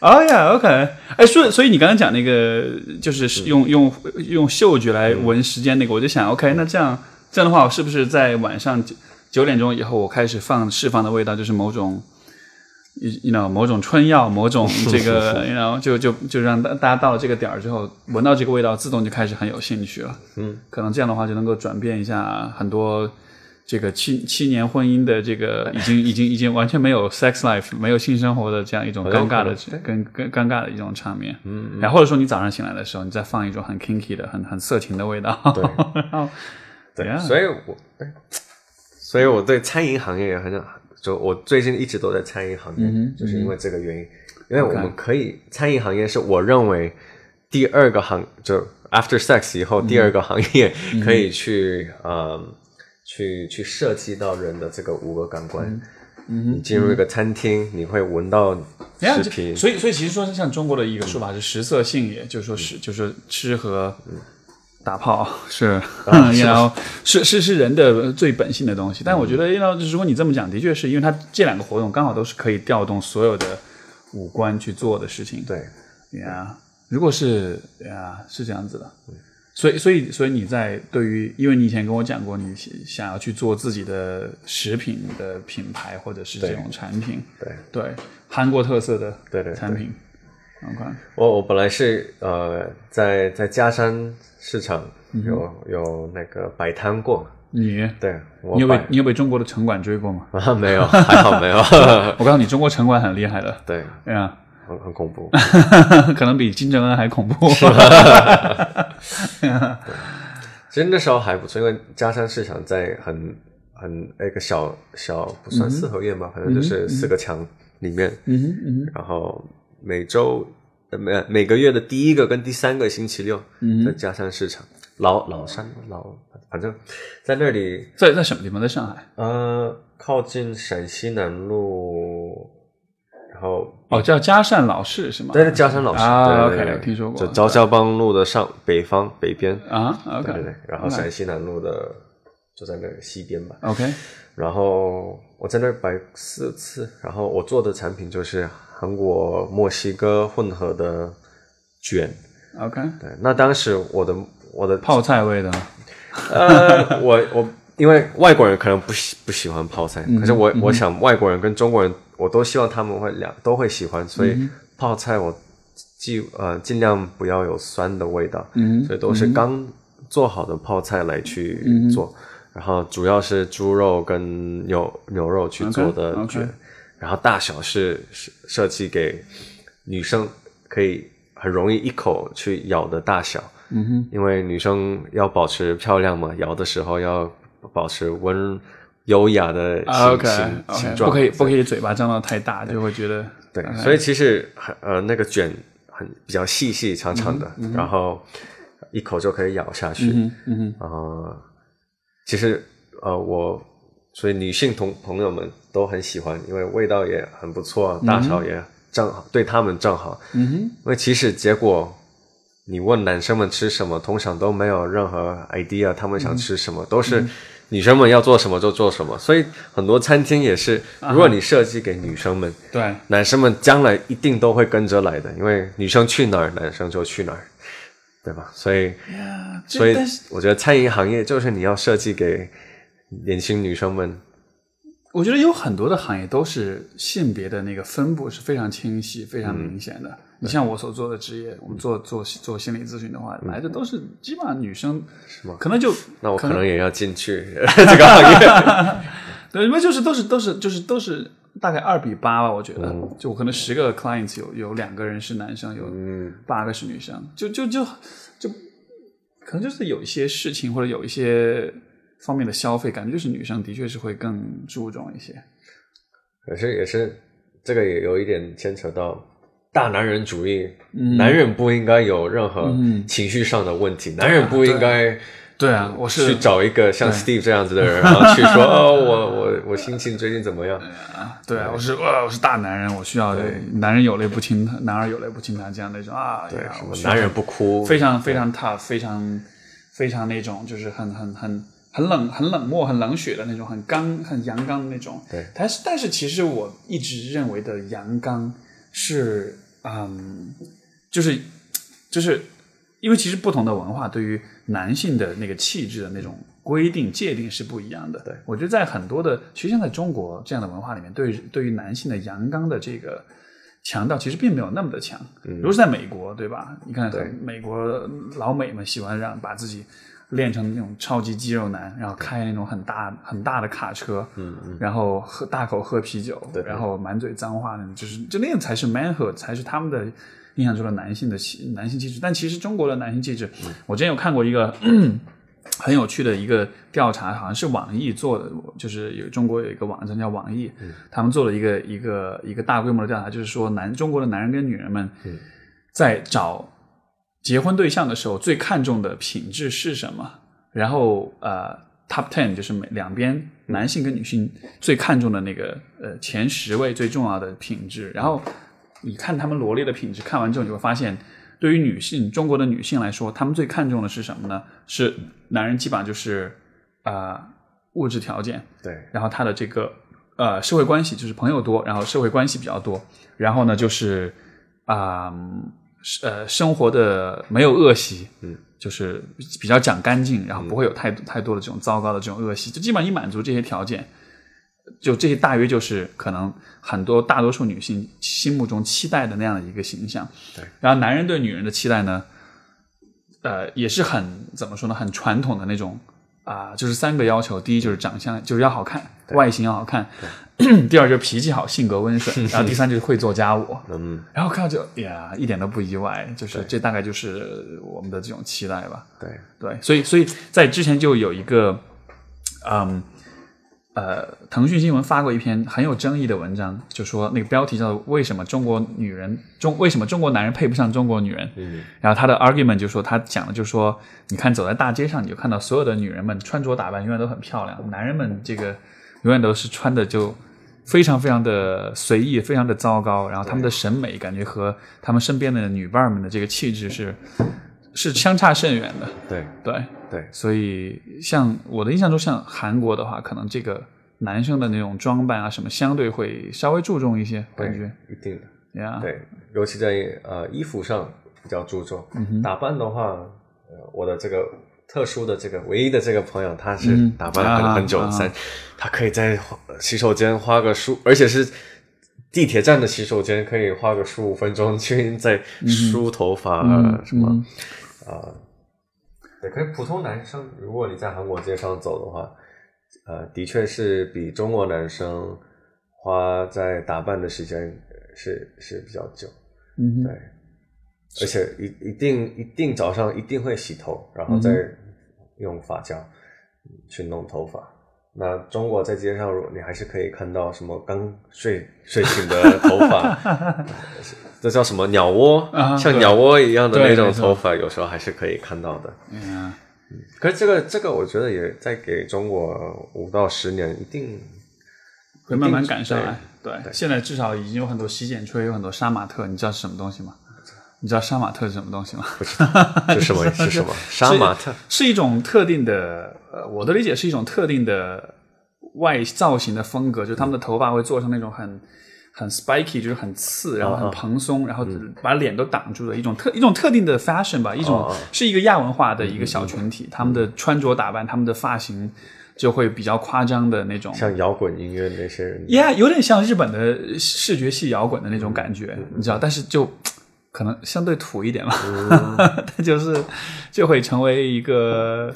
哦呀，OK，哎，所以所以你刚刚讲那个嗯就是用用用嗅觉来闻时间那个，我就想，OK，那这样这样的话，我是不是在晚上九九点钟以后，我开始放释放的味道就是某种，you know，某种春药，某 *laughs* 种这个，you know，就就就让大大家到了这个点儿之后，闻到这个味道，自动就开始很有兴趣了。嗯，可能这样的话就能够转变一下很多。这个七七年婚姻的这 *laughs* 个已经已经已经完全没有 sex life 没有性生活的这样一种尴尬的跟跟尴尬的一种场面，嗯，然后或者说你早上醒来的时候，你再放一种很 kinky 的、很很色情的味道，对 *laughs* 然后对 Yeah 所以我，哎所以我对餐饮行业也很想，就我最近一直都在餐饮行业，嗯就是因为这个原因，因为我们可以餐饮行业是我认为第二个行，就 after sex 以后第嗯二个行业可以去，嗯，去去涉及到人的这个五个感官。嗯你进入一个餐厅，你会闻到然后食品，哎所以所以其实说像中国的一嗯个说法是食色性也，就是说是就是吃和嗯打 *laughs* 炮是，啊 *laughs* 然后是是是人的最本性的东西。但嗯我觉得，要如果你这么讲，的确是因为它这两个活动刚好都是可以调动所有的五官去做的事情。对，呀，如果是呀，是这样子的。所以，所以，所以你在对于，因为你以前跟我讲过，你想想要去做自己的食品的品牌或者是这种产品，对对，韩国特色的对对对产品，OK，我我本来是呃在在嘉山市场嗯有、有那个摆摊过，你对我你有被摆你有被中国的城管追过吗？ *laughs* 啊没有还好没有， *laughs* 我告诉你，中国城管很厉害的，对，对啊， *laughs* 很很恐怖。可能比金正恩还恐怖。 *laughs* 其实那时候还不错，因为嘉山市场在很很一个小小不算四合院吧，反正就是四个墙里面，嗯哼嗯然后每周呃每每个月的第一个跟第三个星期六嗯在嘉山市场。老老山老，反正在那里哼，在在什么地方？在上海呃，靠近陕西南路，然后哦，叫嘉善老市是吗？对对，嘉山老师啊对对 OK，对对听说过就昭昭邦路的上北方北边，啊对对对，OK，然后陕西南路的就在那个西边吧， OK，然后我在那儿摆四次，然后我做的产品就是韩国墨西哥混合的卷， OK，对，那当时我的我的泡菜味的。 *laughs* 呃，我我因为外国人可能不喜不喜欢泡嗯菜，可是我、我想外国人跟中国人，我都希望他们会两都会喜欢，所嗯以泡菜我尽呃尽量不要有酸的味道，嗯所以都是刚做好的泡菜来去做，嗯然后主要是猪肉跟牛牛肉去做的 OK，OK 卷然后大小是设设计给女生可以很容易一口去咬的大小。嗯哼，因为女生要保持漂亮嘛，摇的时候要保持温优雅的形、啊 OK，形 OK，形状，不可以不可以嘴巴张到太大，就会觉得对所以其实很呃那个卷很比较细细长长的，然后一口就可以咬下去。嗯嗯哼然后其实呃我所以女性同朋友们都很喜欢，因为味道也很不错，大小也正好、对他们正好。嗯哼因为其实结果，你问男生们吃什么，通常都没有任何 idea，他们嗯想吃什么，都是女生们要做什么就做什么。所以很多餐厅也是，啊如果你设计给女生们，对男生们将来一定都会跟着来的，因为女生去哪儿，男生就去哪儿，对吧？所以，呀，这所以但是我觉得餐饮行业就是你要设计给年轻女生们，我觉得有很多的行业都是性别的那个分布是非常清晰、非常明显的。你像我所做的职业，我们做做做心理咨询的话，来的都是基本上女生，可能就那我可能也要进去 *laughs* 这个行业。对，因为就是都是都是就是都是大概二比八吧，我觉得，就我可能十个 clients 有有两个人是男生，有八个是女生，就就就就可能就是有一些事情或者有一些方面的消费，感觉就是女生的确是会更注重一些。可是也是，这个也有一点牵扯到大男人主义，嗯男人不应该有任何情绪上的问题，男人不应该对啊，我是去找一个像 Steve 这样子的人，然后去 *laughs* 说哦，我我我心情最近怎么样？对啊，我是哇，我是大男人，我需要男人有泪不轻弹，男儿有泪不轻弹这样的一种啊，对对，呀什，我么需要男人不哭，非常非常 tough，非常非常那种就是很很很很冷很冷漠很冷血的那种，很刚很阳刚的那种。对，但是但是其实我一直认为的阳刚是嗯，就是就是因为其实不同的文化对于男性的那个气质的那种规定界定是不一样的。对，我觉得在很多的，其实像在中国这样的文化里面，对于对于男性的阳刚的这个强调，其实并没有那么的强。如果是在美国，对吧？你看嗯对美国老美们喜欢让把自己练成那种超级肌肉男，然后开那种很大很大的卡车，嗯嗯，然后喝大口喝啤酒，对然后满嘴脏话那种，就是就那样才是 manhood，才是他们的印象中的男性的气男性气质。但其实中国的男性气质，嗯我之前有看过一个很有趣的一个调查，好像是网易做的，就是有中国有一个网站叫网易，他们做了一个一个一个大规模的调查，就是说男中国的男人跟女人们嗯在找结婚对象的时候最看重的品质是什么？然后呃，top ten 就是每两边男性跟女性最看重的那个呃前十位最重要的品质。然后你看他们罗列的品质，看完之后你会发现，对于女性中国的女性来说，她们最看重的是什么呢？是男人基本上就是呃物质条件，对，然后他的这个呃社会关系就是朋友多，然后社会关系比较多，然后呢就是啊、嗯是呃生活的没有恶习，嗯，就是比较讲干净，然后不会有太太多的这种糟糕的这种恶习，就基本上一满足这些条件。就这些，大约就是可能很多大多数女性心目中期待的那样的一个形象。对，然后男人对女人的期待呢，呃，也是很怎么说呢，很传统的那种啊、就是三个要求：第一就是长相，就是要好看，外形要好看； *coughs* 第二就是脾气好，性格温顺；然后第三就是会做家务。嗯，然后看到就哎呀，一点都不意外，就是这大概就是我们的这种期待吧。对，对，所以所以在之前就有一个，嗯，呃，腾讯新闻发过一篇很有争议的文章，就说那个标题叫做“为什么中国女人中为什么中国男人配不上中国女人”，嗯，然后他的 argument 就说他讲的就说，你看走在大街上，你就看到所有的女人们穿着打扮永远都很漂亮，男人们这个永远都是穿的就。非常非常的随意，非常的糟糕，然后他们的审美感觉和他们身边的女伴儿们的这个气质是是相差甚远的。对，对，对，所以像我的印象中，像韩国的话，可能这个男生的那种装扮啊什么，相对会稍微注重一些，感觉一定的。呀。对，尤其在呃衣服上比较注重。嗯哼打扮的话，呃，我的这个特殊的这个唯一的这个朋友，他是嗯打扮了很、啊很久，啊三、他可以在花洗手间花个数，而且是地铁站的洗手间，可以花个十五分钟去在梳头发、嗯呃什么嗯啊、对，可是普通男生，如果你在韩国街上走的话，呃，的确是比中国男生花在打扮的时间呃是是比较久。嗯对，而且一一定一定早上一定会洗头，然后嗯再用发胶去弄头发。那中国在街上，如你还是可以看到什么刚睡睡醒的头 *laughs* 发，这叫什么鸟窝啊，像对鸟窝一样的对那种没错头发，有时候还是可以看到的。哼，呀，可是这个这个，我觉得也在给中国五到十年一定会慢慢赶上啊对来。对，现在至少已经有很多洗剪吹，有很多杀马特，你知道是什么东西吗？你知道杀马特是什么东西吗？不知道是什 *laughs* 么是什么杀马特，是一种特定的，呃，我的理解是一种特定的外造型的风格，就是他们的头发会做成那种很很 spiky，就是很刺，然后啊很蓬松，然后把脸都挡住的一种特一种特定的 fashion 吧，一种、哦哦是一个亚文化的嗯一个小群体，他们的穿着打扮，他们的发型就会比较夸张的那种，像摇滚音乐那些人。呀有点像日本的视觉系摇滚的那种感觉，嗯你知道，但是就可能相对土一点吧，嗯 *laughs* 它就是就会成为一个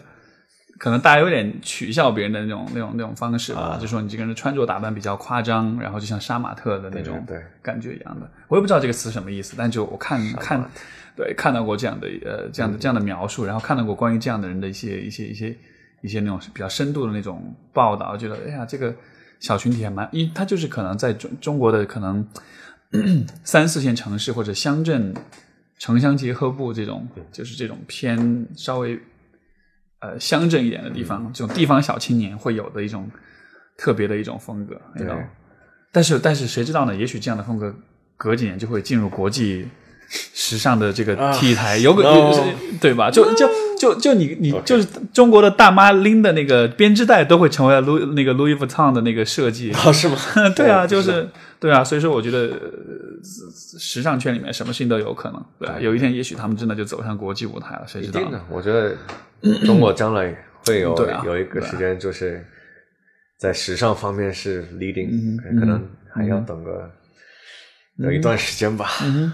可能大家有点取笑别人的那种那种那种方式吧，啊就说你这个人的穿着打扮比较夸张，然后就像杀马特的那种对对对感觉一样的。我也不知道这个词什么意思，但就我看看对看到过这样的呃这样的这样的描述，然后看到过关于这样的人的一些一些一些一些那种比较深度的那种报道，觉得哎呀这个小群体还蛮，因为他就是可能在中中国的可能 *clears throat* 三四线城市或者乡镇城乡结合部这种，就是这种偏稍微呃乡镇一点的地方，这种地方小青年会有的一种特别的一种风格，你知道对但是但是谁知道呢？也许这样的风格隔几年就会进入国际时尚的这个 T 台，有个、啊 no *laughs* 对吧？就就就就你你 OK 就是中国的大妈拎的那个编织袋都会成为 Louis 那个 Louis Vuitton 的那个设计，？*laughs* 啊，是吗对啊，就哦是对啊，所以说我觉得呃时尚圈里面什么事情都有可能，对啊，有一天也许他们真的就走上国际舞台了，谁一知道定呢？的，我觉得中国将来会有、对啊有一个时间，就是在时尚方面是 leading，、嗯可能还要等个、有一段时间吧。嗯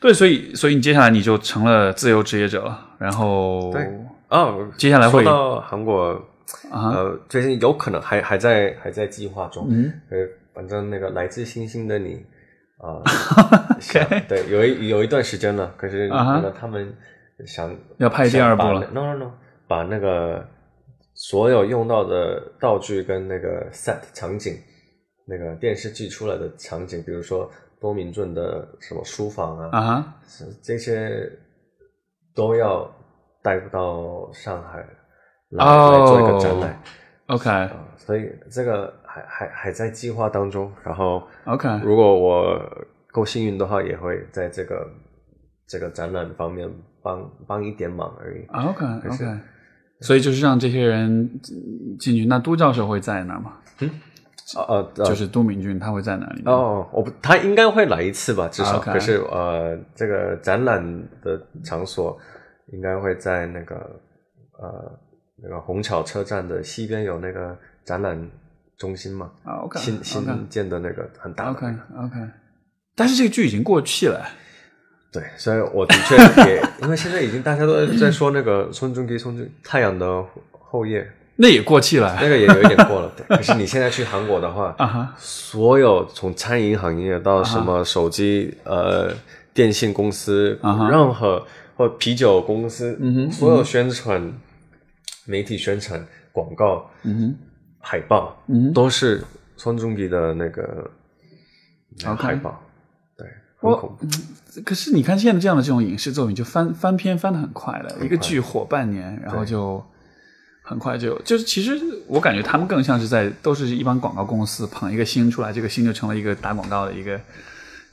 对，所以所以你接下来你就成了自由职业者了，然后对哦，接下来会说到韩国，啊呃，最近有可能还还在还在计划中，嗯呃，反正那个来自星星的你 *laughs* 啊，是啊对，有一有一段时间了，可是啊哈可能他们想要拍第二部想了把那，no no no，把那个所有用到的道具跟那个 set 场景，那个电视剧出来的场景，比如说多明俊的什么书房啊，啊哈是这些都要带到上海来、来做一个展览，OK 啊、所以这个还还还在计划当中。然后 OK，如果我够幸运的话，也会在这个这个展览方面帮帮一点忙而已。啊 OK 可 OK，是所以就是让这些人进进去，那都教授会在那儿吗？啊呃，呃就是都敏俊他会在哪里？，哦，我不，他应该会来一次吧，至少。啊 OK 可是呃，这个展览的场所应该会在那个呃那个虹桥车站的西边有那个展览中心嘛，啊 OK 新 OK 新建的那个很大的 OK OK，但是这个剧已经过气了。对，所以我的确也，因为现在已经大家都在说那个孙中基、孙中太阳的后裔，那也过气了那个也有一点过了。对，可是你现在去韩国的话， *laughs* *laughs* 啊哈所有从餐饮行业到什么手机、呃电信公司，啊哈任何或啤酒公司，嗯哼所有宣传、媒体宣传、广告、嗯哼海报，嗯哼都是川中比的那个呃 OK 海报，对，很我恐怖。可是你看现在这样的这种影视作品，就翻翻篇翻的很快的，一个剧火半年，然后就很快就就是其实我感觉他们更像是在都是一帮广告公司捧一个星出来，这个星就成了一个打广告的一个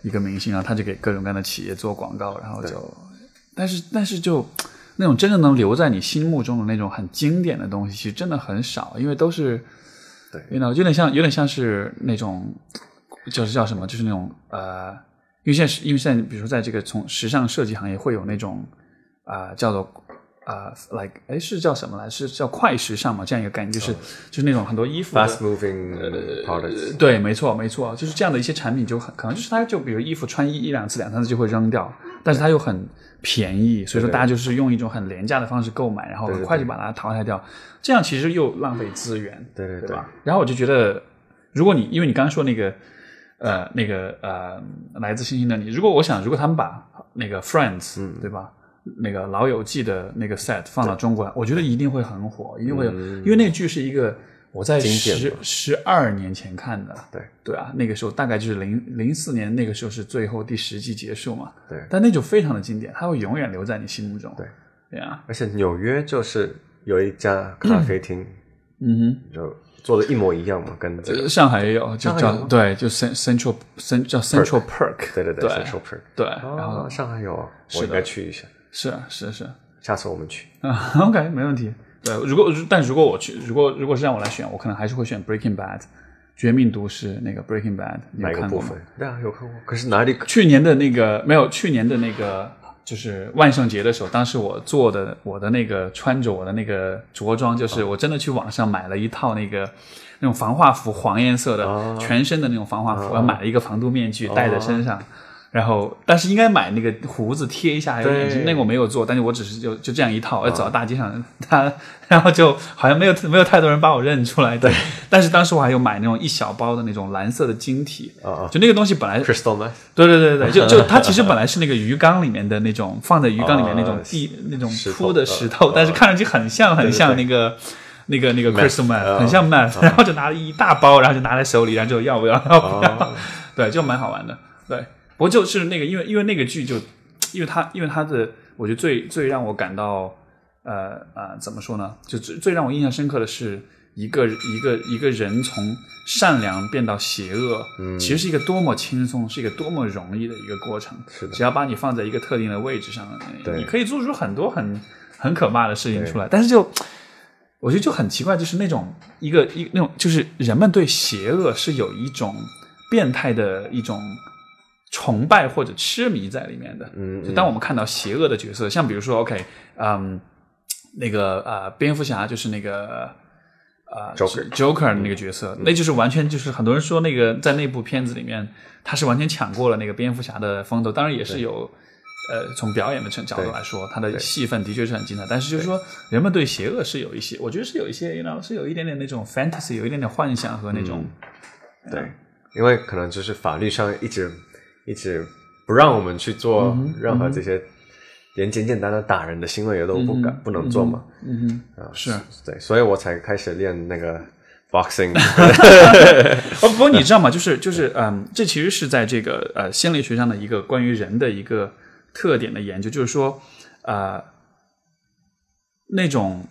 一个明星，然后他就给各种各样的企业做广告，然后就但是但是就那种真正能留在你心目中的那种很经典的东西，其实真的很少，因为都是对，you know，有点像有点像是那种就是叫什么，就是那种呃，因为现在是因为现在比如说在这个从时尚设计行业会有那种啊、呃叫做。啊、l i k e 哎，是叫什么来？是叫快时尚嘛？这样一个概念，就是、就是那种很多衣服的哦呃 Fast moving products，对，没错，没错，就是这样的一些产品就很可能就是它就比如衣服穿一一两次、两三次就会扔掉，嗯但是它又很便宜，所以说大家就是用一种很廉价的方式购买，然后很快就把它淘汰掉，这样其实又浪费资源，对对对对吧？然后我就觉得，如果你因为你刚刚说那个呃那个呃来自星星的你，如果我想如果他们把那个 Friends，、嗯对吧？那个《老友记》的那个 set 放到中国来，我觉得一定会很火，一定会有，因为那剧是一个我在嗯经典十嘛十二年前看的，对对啊，那个时候大概就是零零四年，那个时候是最后第十季结束嘛，对但那就非常的经典，它会永远留在你心目中，对，对啊，而且纽约就是有一家咖啡厅，嗯就做的一模一样嘛，跟这哼，呃个上海也有，就上海有叫吗对，就 cen- central cen 叫 central perk，对对对对 c e n t r a p a r 对， k 然后哦，上海有啊，的我应该去一下，是啊是是，下次我们去。啊、o *laughs* k 没问题。对，如果但如果我去，如果如果是让我来选，我可能还是会选 Breaking Bad，《绝命毒师》那个 Breaking Bad，你哪有个看部过吗分？？对啊，有看过。可是哪里可？去年的那个没有，去年的那个就是万圣节的时候，当时我做的我的那个穿着我的那个着装，就是哦我真的去网上买了一套那个那种防化服，黄颜色的，哦全身的那种防化服，我还买了一个防毒面具戴在身上。然后，但是应该买那个胡子贴一下，还有眼睛，对哦那个我没有做，但是我只是就就这样一套，走到大街上，他 *laughs* 然后就好像没有没有太多人把我认出来，对。但是当时我还有买那种一小包的那种蓝色的晶体，啊啊就那个东西本 *laughs* 来 Crystal m e t 对对对对，对，就就它其实本来是那个鱼缸里面的那种放在鱼缸里面那种地、那种石头铺的石头，呃但是看上去很像很像那个那个那个 crystal man，很像 man，、然后就拿了一大包，然后就拿在手里，然后就要不要要不要， *laughs* 对，就蛮好玩的。对，不过就是那个因为因为那个剧就因为它因为它的我觉得最最让我感到呃呃怎么说呢，就最最让我印象深刻的是一个一个一个人从善良变到邪恶，嗯其实是一个多么轻松，是一个多么容易的一个过程。是的只要把你放在一个特定的位置上，对你可以做出很多很很可怕的事情出来。但是就我觉得就很奇怪，就是那种一个一那种，就是人们对邪恶是有一种变态的一种崇拜或者痴迷在里面的。嗯就当我们看到邪恶的角色，像比如说，OK，嗯，那个呃，蝙蝠侠就是那个呃 Joker 嗯 Joker 的那个角色，那就是完全就是很多人说那个在那部片子里面，他是完全抢过了那个蝙蝠侠的风头，当然也是有。呃，从表演的角度对来说，他的对戏份的确是很精彩，但是就是说，人们对邪恶是有一些，我觉得是有一些，you know，是有一点点那种 fantasy，有一点点幻想和那种，对，因为可能就是法律上一直一直不让我们去做嗯任何这些连简简单单打人的行为也都嗯不敢、不能做嘛，嗯啊是对，所以我才开始练那个 boxing，哼， *laughs* 哦，不过你知道吗？就是就是，嗯，这其实是在这个呃心理学上的一个关于人的一个特点的研究，就是说，呃，那种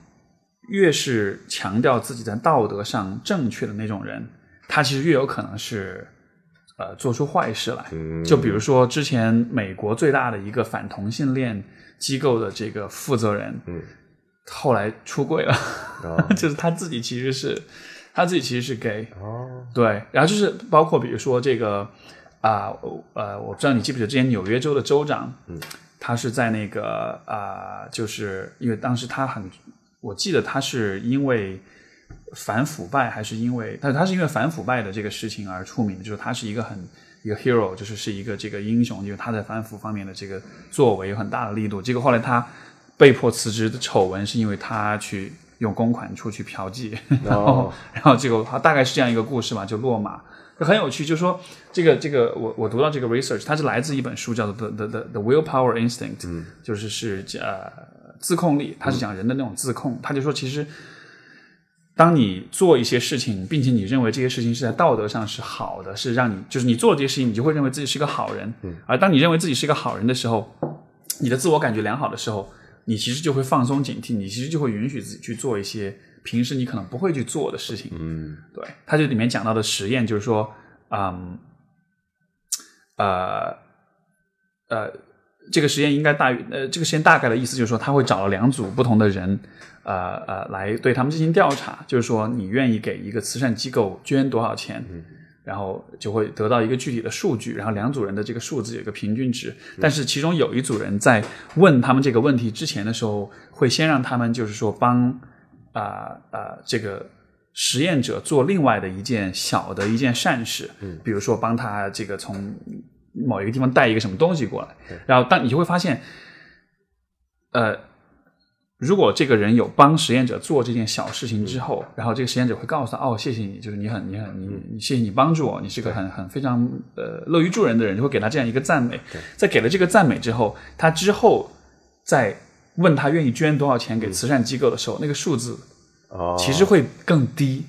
越是强调自己在道德上正确的那种人，他其实越有可能是呃做出坏事来。嗯 *laughs* 就比如说之前美国最大的一个反同性恋机构的这个负责人，嗯，后来出柜了，哦 *laughs* 就是他自己其实是他自己其实是 gay，哦，对，然后就是包括比如说这个啊、我呃，我不知道你记不记得之前纽约州的州长，嗯，他是在那个啊、就是因为当时他很，我记得他是因为反腐败还是因为，但是他是因为反腐败的这个事情而出名的，就是他是一个很一个 hero，就是是一个这个英雄，就是他在反腐方面的这个作为有很大的力度，结果后来他被迫辞职的丑闻是因为他去。用公款出去嫖妓，然后、哦然后这个它大概是这样一个故事嘛，就落马，就很有趣。就是说这个这个，我我读到这个 research，它是来自一本书叫做《The The The The Willpower Instinct》，就是是呃自控力，它是讲人的那种自控。他就说，其实当你做一些事情，并且你认为这些事情是在道德上是好的，是让你就是你做这些事情，你就会认为自己是一个好人。而当你认为自己是一个好人的时候，你的自我感觉良好的时候，你其实就会放松警惕，你其实就会允许自己去做一些平时你可能不会去做的事情。嗯对，他这里面讲到的实验就是说，嗯，呃，呃，这个实验应该大于呃，这个实验大概的意思就是说，他会找了两组不同的人，呃呃，来对他们进行调查，就是说你愿意给一个慈善机构捐多少钱，然后就会得到一个具体的数据，然后两组人的这个数字有一个平均值，但是其中有一组人在问他们这个问题之前的时候，会先让他们就是说帮啊啊、这个实验者做另外的一件小的一件善事，嗯，比如说帮他这个从某一个地方带一个什么东西过来，然后当你就会发现，呃，如果这个人有帮实验者做这件小事情之后，然后这个实验者会告诉他，哦，谢谢你，就是你很你很你你谢谢你帮助我，你是个很很非常呃乐于助人的人，就会给他这样一个赞美。在给了这个赞美之后，他之后再问他愿意捐多少钱给慈善机构的时候，那个数字哦，其实会更低。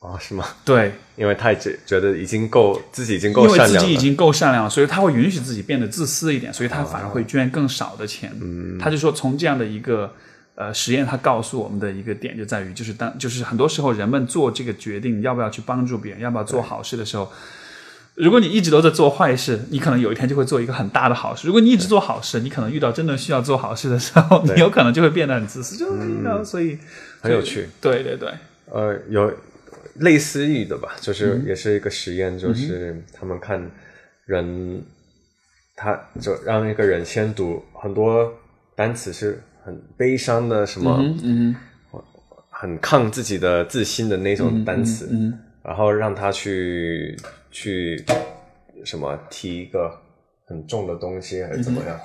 哦是吗？对，因为他觉觉得已经够自己已经因够为善自良哦己已了，经够善良了，所以他会允许自己变得自私一点，所以他反而会捐更少的钱。嗯，他就说从这样的一个呃实验，他告诉我们的一个点就在于，就是当就是很多时候人们做这个决定要不要去帮助别人，要不要做好事的时候。如果你一直都在做坏事，你可能有一天就会做一个很大的好事。如果你一直做好事，你可能遇到真的需要做好事的时候，你有可能就会变得很自私，就是你知道所以嗯很有趣。对对对，呃，有类似于的吧，就是嗯也是一个实验，就是他们看人，他就让一个人先读很多单词是很悲伤的，什么、嗯嗯很抗自己的自信的那种单词，嗯然后让他去去什么提一个很重的东西还是怎么样，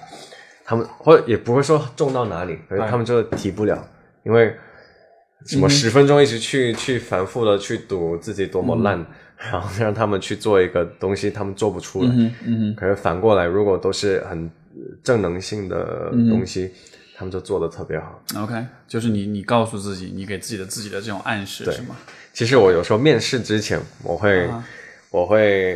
他们或者也不会说重到哪里，可是他们就提不了，因为什么十分钟一直去、去反复的去读自己多么烂，然后让他们去做一个东西，他们做不出来。嗯嗯，可是反过来，如果都是很正能性的东西，他们就做的特别好。 OK，就是你你告诉自己，你给自己的自己的这种暗示是吗？其实我有时候面试之前，我嗯会、我会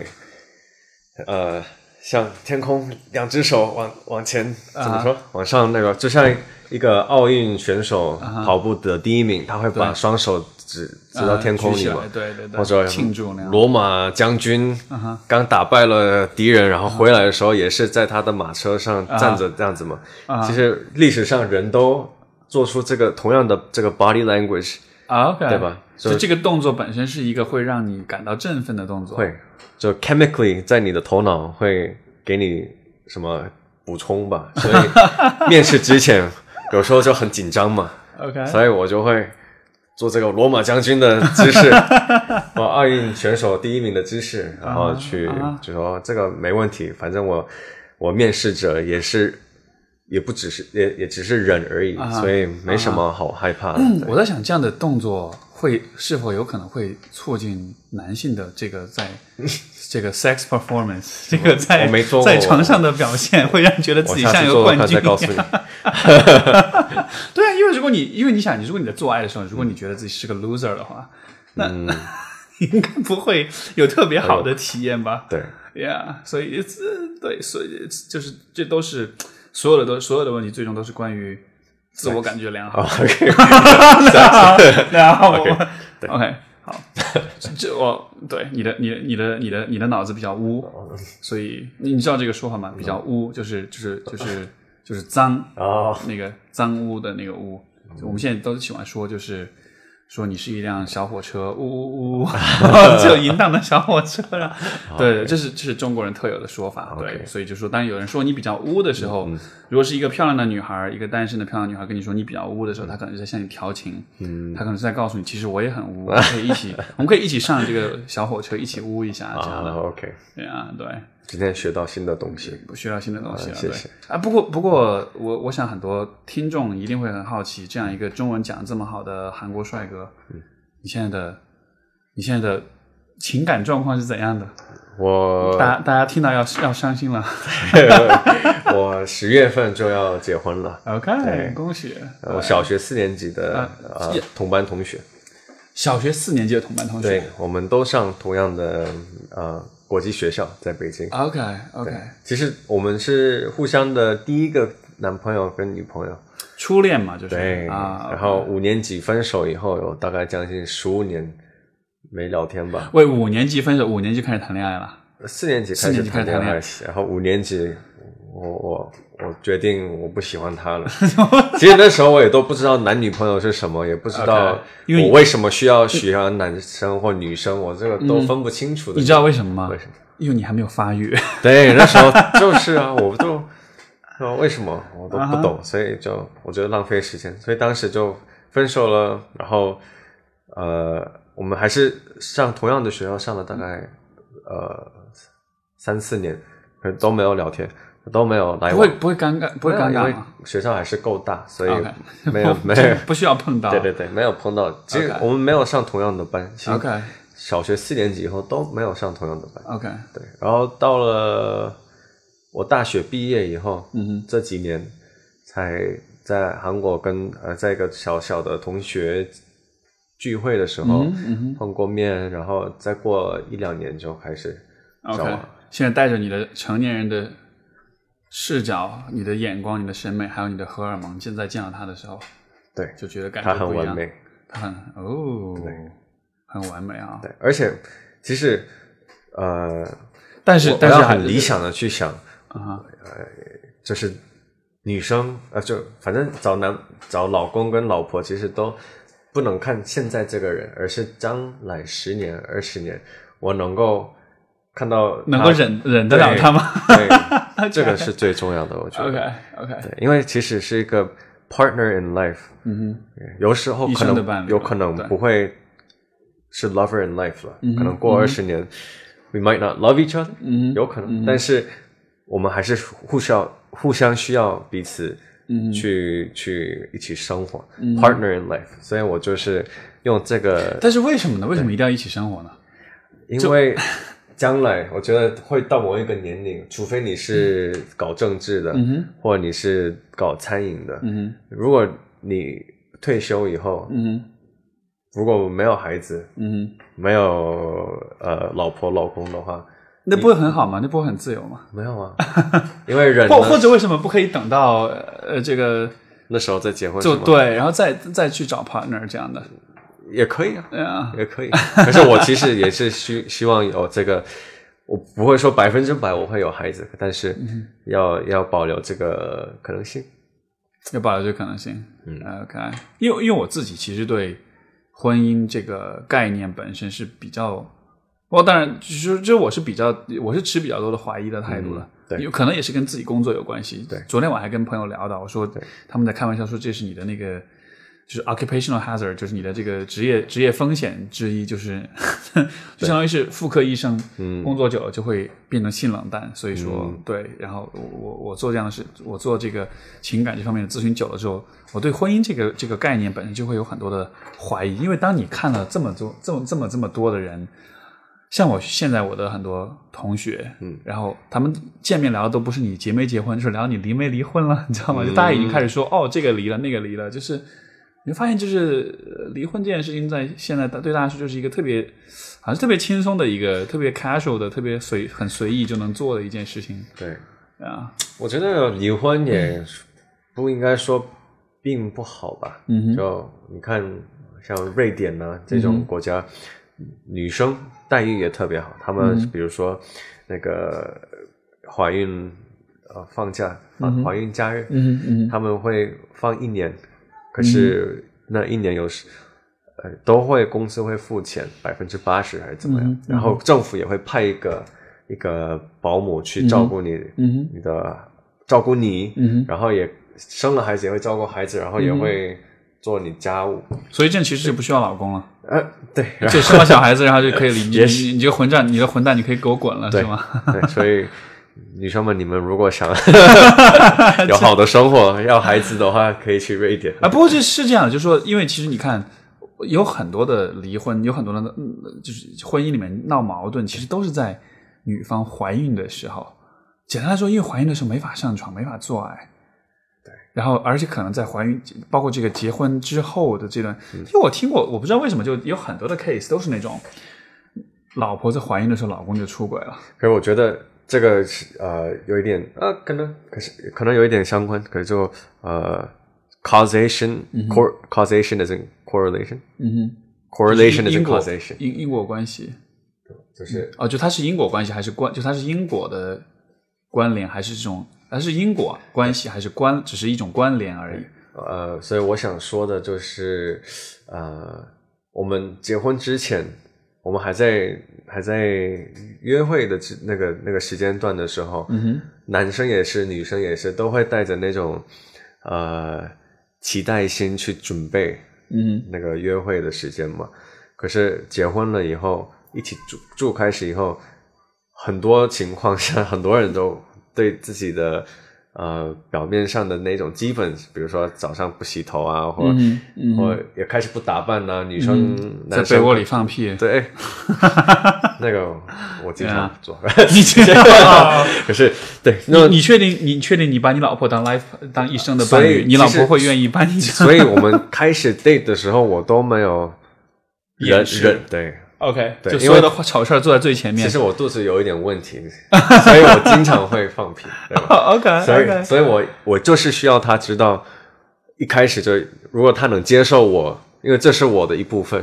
啊呃，像天空两只手往往前怎么说，往上那个，就像一个奥运选手啊跑步的第一名，他会把双手指指到天空里嘛啊举起来，对对对或者庆祝那样嗯罗马将军刚打败了敌人，然后回来的时候也是在他的马车上啊站着这样子嘛。其实历史上人都做出这个同样的这个 body language，啊，OK，对吧所以就这个动作本身是一个会让你感到振奋的动作。会就 chemically 在你的头脑会给你什么补充 *laughs* 吧。所以面试之前有时候就很紧张嘛。 ，OK，所以我就会做这个罗马将军的姿 *laughs* 势，我奥运选手第一名的姿势，然后去、啊就说这个没问题，反正我我面试者也是，也不只是也也只是人而已，啊所以没什么好害怕的。对 *clears throat* 我在想这样的动作会是否有可能会促进男性的这 *laughs* 个在这个 sex performance 这个在我没做过在床上的表现，会让你觉得自我己下像次一个做做冠看军再一样告。诉你。对啊，因为如果你因为你想，你如果你在做爱的时候，如果你觉得自己是个 loser 的话，那、你 *laughs* 应该不会有特别好的体验吧？嗯 *laughs* 对， Yeah，所以 it's, 呃对，所以 it's, 就是这都是所有的都所有的问题，最终都是关于自我感觉良哦好。 OK， *laughs* 然后啊 OK，对 OK 好，这这我对你的你的你的你的你的脑子比较污，哦所以你你知道这个说法吗？比较污就是就是就是就 *laughs* 是脏，哦，那个脏污的那个污，就我们现在都喜欢说就是。说你是一辆小火车，呜 *laughs* 呜呜，只有淫荡的小火车了。对，这是这是中国人特有的说法。对，所以就说，当有人说你比较污的时候，嗯如果是一个漂亮的女孩，一个单身的漂亮女孩跟你说你比较污的时候，她可能是在向你调情，嗯，她可能是在告诉你，其实我也很污，我们可以一 *laughs* 起，我们可以一起上这个小火车，一起污一下，这样啊的。 ，OK，对啊，对。今天学到新的东 *laughs* 西。不学到新的东西了。啊对谢谢啊，不过不过，我我想很多听众一定会很好奇，这样一个中文讲得这么好的韩国帅哥，嗯你现在的你现在的情感状况是怎样的？我 *laughs* 大家大家听到要要伤心了。我十月份就要结婚了，呃 OK，恭喜！我小学四年级啊的呃同班同学。小学四年级的同班同对学。，我们都上同样的呃国际学校，在北京。 OK OK，其实我们是互相的第一个男朋友跟女朋友。初恋嘛，就是对，啊。然后五年级分手以后，有大概将近十五年没聊天吧。为五年级分手，五年级开始谈恋爱了。四年级四开年始级开谈始谈恋恋爱，然后五年级，我我我决定我不喜欢他 *laughs* 了。其实那时候我也都不知道男女朋友是什么，也不知道 OK，因为你我为什么需要喜欢男生或女生，我这个都分不清楚的。嗯你知道为什么吗？为什么？因为你还没有发育。对，那时候就是啊，我就说为什么我都不啊懂，所以就我觉得浪费时间，所以当时就分手了。然后呃，我们还是上同样的学校，上了大概呃三四年，可是都没有聊天，都没有来往不啊会。不会尴尬，不会尴哎因尬为吗？学校还是够大，所以 OK，没有 *laughs* 不没有，不需要碰到。对对对，没有碰到。其实 OK 我们没有上同样的班，其实 OK 小学四年级以后都没有上同样的班。 OK，对，然后到了我大学毕业以后，嗯哼，这几年才在韩国跟呃，在一个小小的同学聚会的时候、嗯哼嗯碰过面，然后再过一两年就开始哼交，OK 往。。现在带着你的成年人的视角、你的眼光、你的审美，还有你的荷尔蒙，现在见到他的时候，对，就觉得感他觉很不一完样。美，他很哦，很完美啊。对，而且其实呃，但是我但我是要还很理想的去想，啊就是女生啊、呃就反正找男找老公跟老婆，其实都不能看现在这个人，而是将来十年、二十年，我能够看到能他够忍忍得了他吗？ *laughs* 对，这个是最重要的，我觉？OK 得。 OK，对，因为其实是一个 partner in life，嗯有时候一可生的伴能侣有可能对嗯不会是 lover in life 了，可能过二十年、we might not love each other，、嗯哼有可能，但是我们还是互相互相需要彼此嗯去、去一起生活、partner in life，所以我就是用这个哼，，但是为什么呢？为什么一定要一起生活呢？因为。将来我觉得会到某一个年龄，除非你是嗯搞政治的，哼或者你是搞餐饮的，嗯如果你退休以后，哼，嗯如果没有孩子，哼，嗯哼，没有呃老婆老公的话，那不会很好吗？那不会很自由吗？ *laughs* 没有啊，因为人呢或或者为什么不可以等到呃这个那时候再结婚是就吗？对，然后再再去找 partner 这样的，也可以啊，对 *laughs* 啊，也可以。可是我其实也是希希望有这个，我不会说百分之百我会有孩子，但是嗯要要保留这个可能性。要保留这个可能性。嗯，OK，因为因为我自己其实对婚姻这个概念本身是比较，我当然就是就是我是比较我是持比较多的怀疑的态度的。嗯对有可能也是跟自己工作有关系。对昨天我还跟朋友聊到，我说他们在开玩笑说这是你的那个。就是 occupational hazard，就是你的这个职业职业风险之一，就是 *laughs* 就相当于是妇科医生，嗯工作久了就会变成性冷淡，所以说、对。然后我我我做这样的事，我做这个情感这方面的咨询久了之后，我对婚姻这个这个概念本身就会有很多的怀疑，因为当你看了这么多、这么这么这么多的人，像我现在我的很多同学，嗯，然后他们见面聊的都不是你结没结婚，就是聊你离没离婚了，你知道吗？就大家已经开始说、哦，这个离了，那个离了，就是你会发现，就是呃离婚这件事情在现在大对大家说就是一个特别，好像是特别轻松的一个，特别 casual 的，特别随很随意就能做的一件事情对，啊。我觉得离婚也不应该说并不好吧。嗯哼就你看，像瑞典呢、这种国家，女生待遇也特别好。她嗯们比如说那个怀孕呃放假嗯放哼怀孕假日，嗯嗯他们会放一年，可是那一年有时。呃，都会公司会付钱百分之八十还是怎么样？嗯哼然后政府也会派一个一个保姆去照顾你，嗯你的照顾你，嗯然后也生了孩子也会照顾孩子，然后也会做你家务。哼，所以这样其实就不需要老公了，呃， *laughs* 对，然后就生了小孩子，然后就可以 *laughs* 离你你你这个混蛋，你的混蛋，你可以给我滚了，是吗？对，所以女生们，你们如果想 *laughs* 有好的生活，要孩子的话，可以去瑞典。啊，不过这是这样的，就是说，因为其实你看，有很多的离婚，有很多的，嗯就是婚姻里面闹矛盾，其实都是在女方怀孕的时候。简单来说，因为怀孕的时候没法上床，没法做爱。对。然后，而且可能在怀孕，包括这个结婚之后的这段，嗯因为我听过，我不知道为什么，就有很多的 case 都是那种，老婆在怀孕的时候，老公就出轨了。可是我觉得这个是呃有一点呃，可能可是可能有一点相关，可是就呃 causation、cor causation is in correlation 嗯 correlation is 因 in 果 causation，因因果关系。就是哦，就它是因果关系还是关？就它是因果的关联，还是这种？它是因果关系还是关？只是一种关联而已。呃，所以我想说的就是，呃，我们结婚之前，我们还在还在约会的之那个那个时间段的时候，嗯哼，男生也是，女生也是，都会带着那种呃期待心去准备嗯那个约会的时间嘛。可是结婚了以后，一起住住开始以后，很多情况下，很多人都对自己的呃表面上的那种基本，比如说早上不洗头啊，或、嗯嗯或也开始不打扮啦、女生、在男被生窝里放屁，对，那个我经常做。 *laughs* 你 *laughs* 这样 *laughs* 可是对，那你你确定你确定你把你老婆当 life 当一生的所伴以侣，你老其实婆会愿意把你 *laughs* 这样所以我们开始 date 的时候，我都没有忍掩饰忍对。 ？OK，对就因所有为的吵事儿坐在最前其面。实我肚子有一点问题，所以我经常会放 *laughs* 屁，对吧？ *laughs* OK 所以，哎 OK，所以我我就是需要他知道，一开始就如果他能接受我，因为这是我的一部分，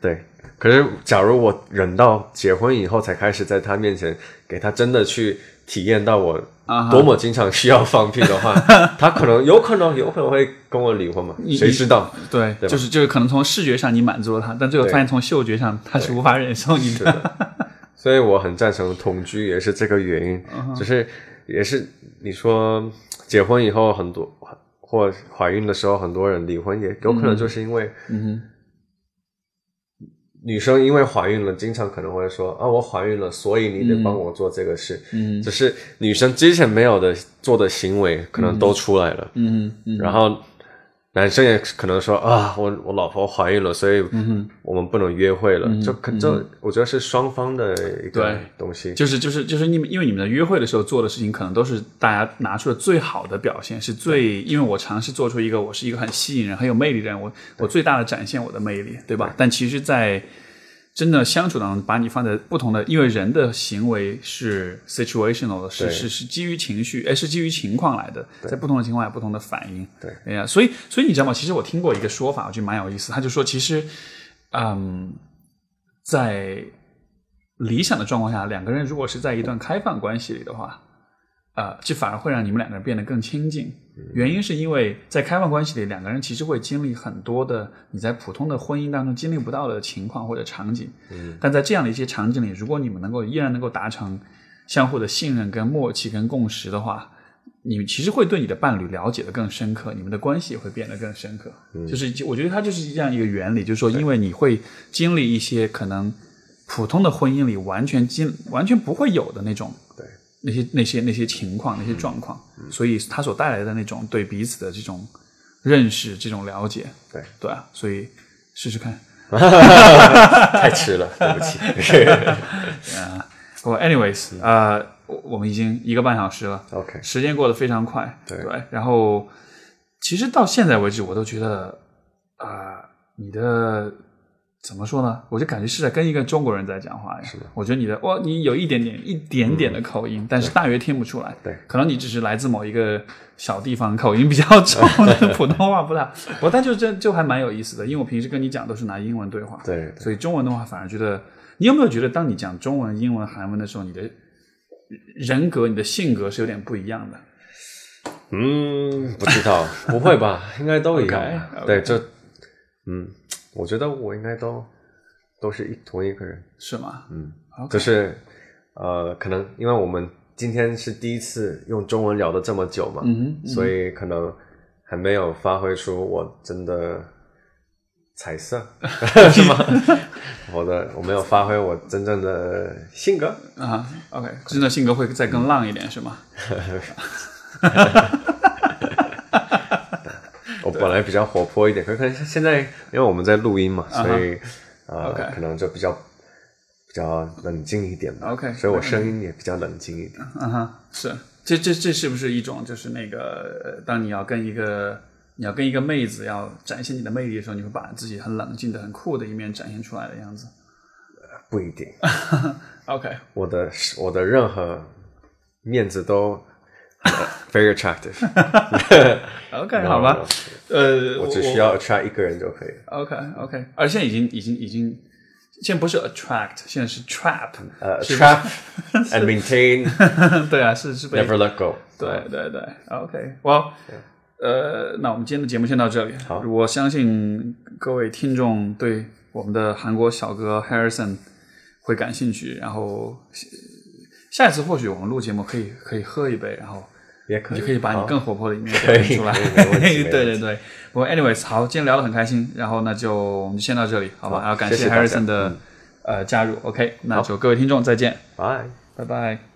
对。可是，假如我忍到结婚以后才开始在他面前给他真的去体验到我啊哈多么经常需要放屁的话他可能有可能有可能会跟我离婚 *laughs* 嘛？你谁知道？对，对吧就是就是可能从视觉上你满足了他，但最后对发现从嗅觉上他是无法忍受你的。所以我很赞成同居，也是这个原因，嗯只是也是你说结婚以后很多或怀孕的时候很多人离婚，也有可能就是因为嗯女生因为怀孕了，经常可能会说啊我怀孕了，所以你得帮我做这个事，嗯只是女生之前没有的做的行为可能都出来了，嗯嗯然后。男生也可能说啊，我我老婆怀孕了，所以嗯我们不能约会了。这可这，我觉得是双方的一个对东西。就是就是就是你们，因为你们在约会的时候做的事情，可能都是大家拿出的最好的表现，是最因为我尝试做出一个我是一个很吸引人、很有魅力的人，我我最大的展现我的魅力，对吧？但其实在，在真的相处当中，把你放在不同的，因为人的行为是 situational 的，是对是是基于情绪，哎，是基于情况来的，在不同的情况下不同的反应。对，哎呀，所以所以你知道吗？其实我听过一个说法，我觉得蛮有意思，他就说，其实，嗯，在理想的状况下，两个人如果是在一段开放关系里的话，呃，这反而会让你们两个人变得更亲近。嗯原因是因为在开放关系里，两个人其实会经历很多的你在普通的婚姻当中经历不到的情况或者场景。嗯，但在这样的一些场景里，如果你们能够依然能够达成相互的信任、跟默契、跟共识的话，你其实会对你的伴侣了解的更深刻，你们的关系也会变得更深刻。嗯就是我觉得它就是这样一个原理，就是说，因为你会经历一些可能普通的婚姻里完全经完全不会有的那种对嗯那些那些那些情况、那些状况，所以它所带来的那种对彼此的这种认识、这种了解，对对啊，所以试试看。太迟 *laughs* 了，对不起。不过，anyways，呃，嗯我我们已经一个半小时了， OK，时间过得非常快，对然后，其实到现在为止，我都觉得，啊、你的怎么说呢？我就感觉是在跟一个中国人在讲话呀。是的嗯我觉得你的哇，你有一点点、一点点的口音，但是大约听不出来。对可能你只是来自某一个小地方，口音比较重的 *laughs* 普通话不大。我但就这就还蛮有意思的，因为我平时跟你讲都是拿英文对话。对对所以中文的话，反而觉得，你有没有觉得，当你讲中文、英文、韩文的时候，你的人格、你的性格是有点不一样的？嗯，不知道， *laughs* 不会吧？应该都一样。啊 OK，OK 对，这，嗯，我觉得我应该都都是一同一个人。是吗？嗯 OK 就是呃，可能因为我们今天是第一次用中文聊了这么久嘛，嗯哼，所以可能还没有发挥出我真的彩色， *laughs* 是吗？我的我没有发挥我真正的性格。啊，OK，真的性格会再更浪一点，是吗？我本来比较活泼一点，可是可能现在因为我们在录音嘛，所以呃啊 OK 可能就比较比较冷静一点吧。 OK，所以我声音也比较冷静一点。嗯哼，是，这这这是不是一种就是那个，呃当你要跟一个你要跟一个妹子要展现你的魅力的时候，你会把自己很冷静的、很酷的一面展现出来的样子不一定， ？OK，我的我的任何面子都呃 very attractive。 *laughs* OK， No, 好吧 no，呃，我只需要 attract 一个人就可以了。 OK OK，而现在已经已经已经，现在不是 attract，现在是 trap，呃、是 t r a p and *laughs* maintain，never 对啊，是是被 let go。对对对，OK，well，呃，那我们今天的节目先到这里。好我相信各位听众对我们的韩国小哥 Harrison 会感兴趣，然后下下一次或许我们录节目可以可以喝一杯，然后也可以你就可以把你更活泼的一面可以表现出来。可以 *laughs* 没问题没问题对对对，不过 anyways，好，今天聊得很开心，然后那就我们就先到这里，好吧？好然后感谢谢大家嗯 Harrison 的呃加入，OK，那就各位听众再见，拜。拜拜。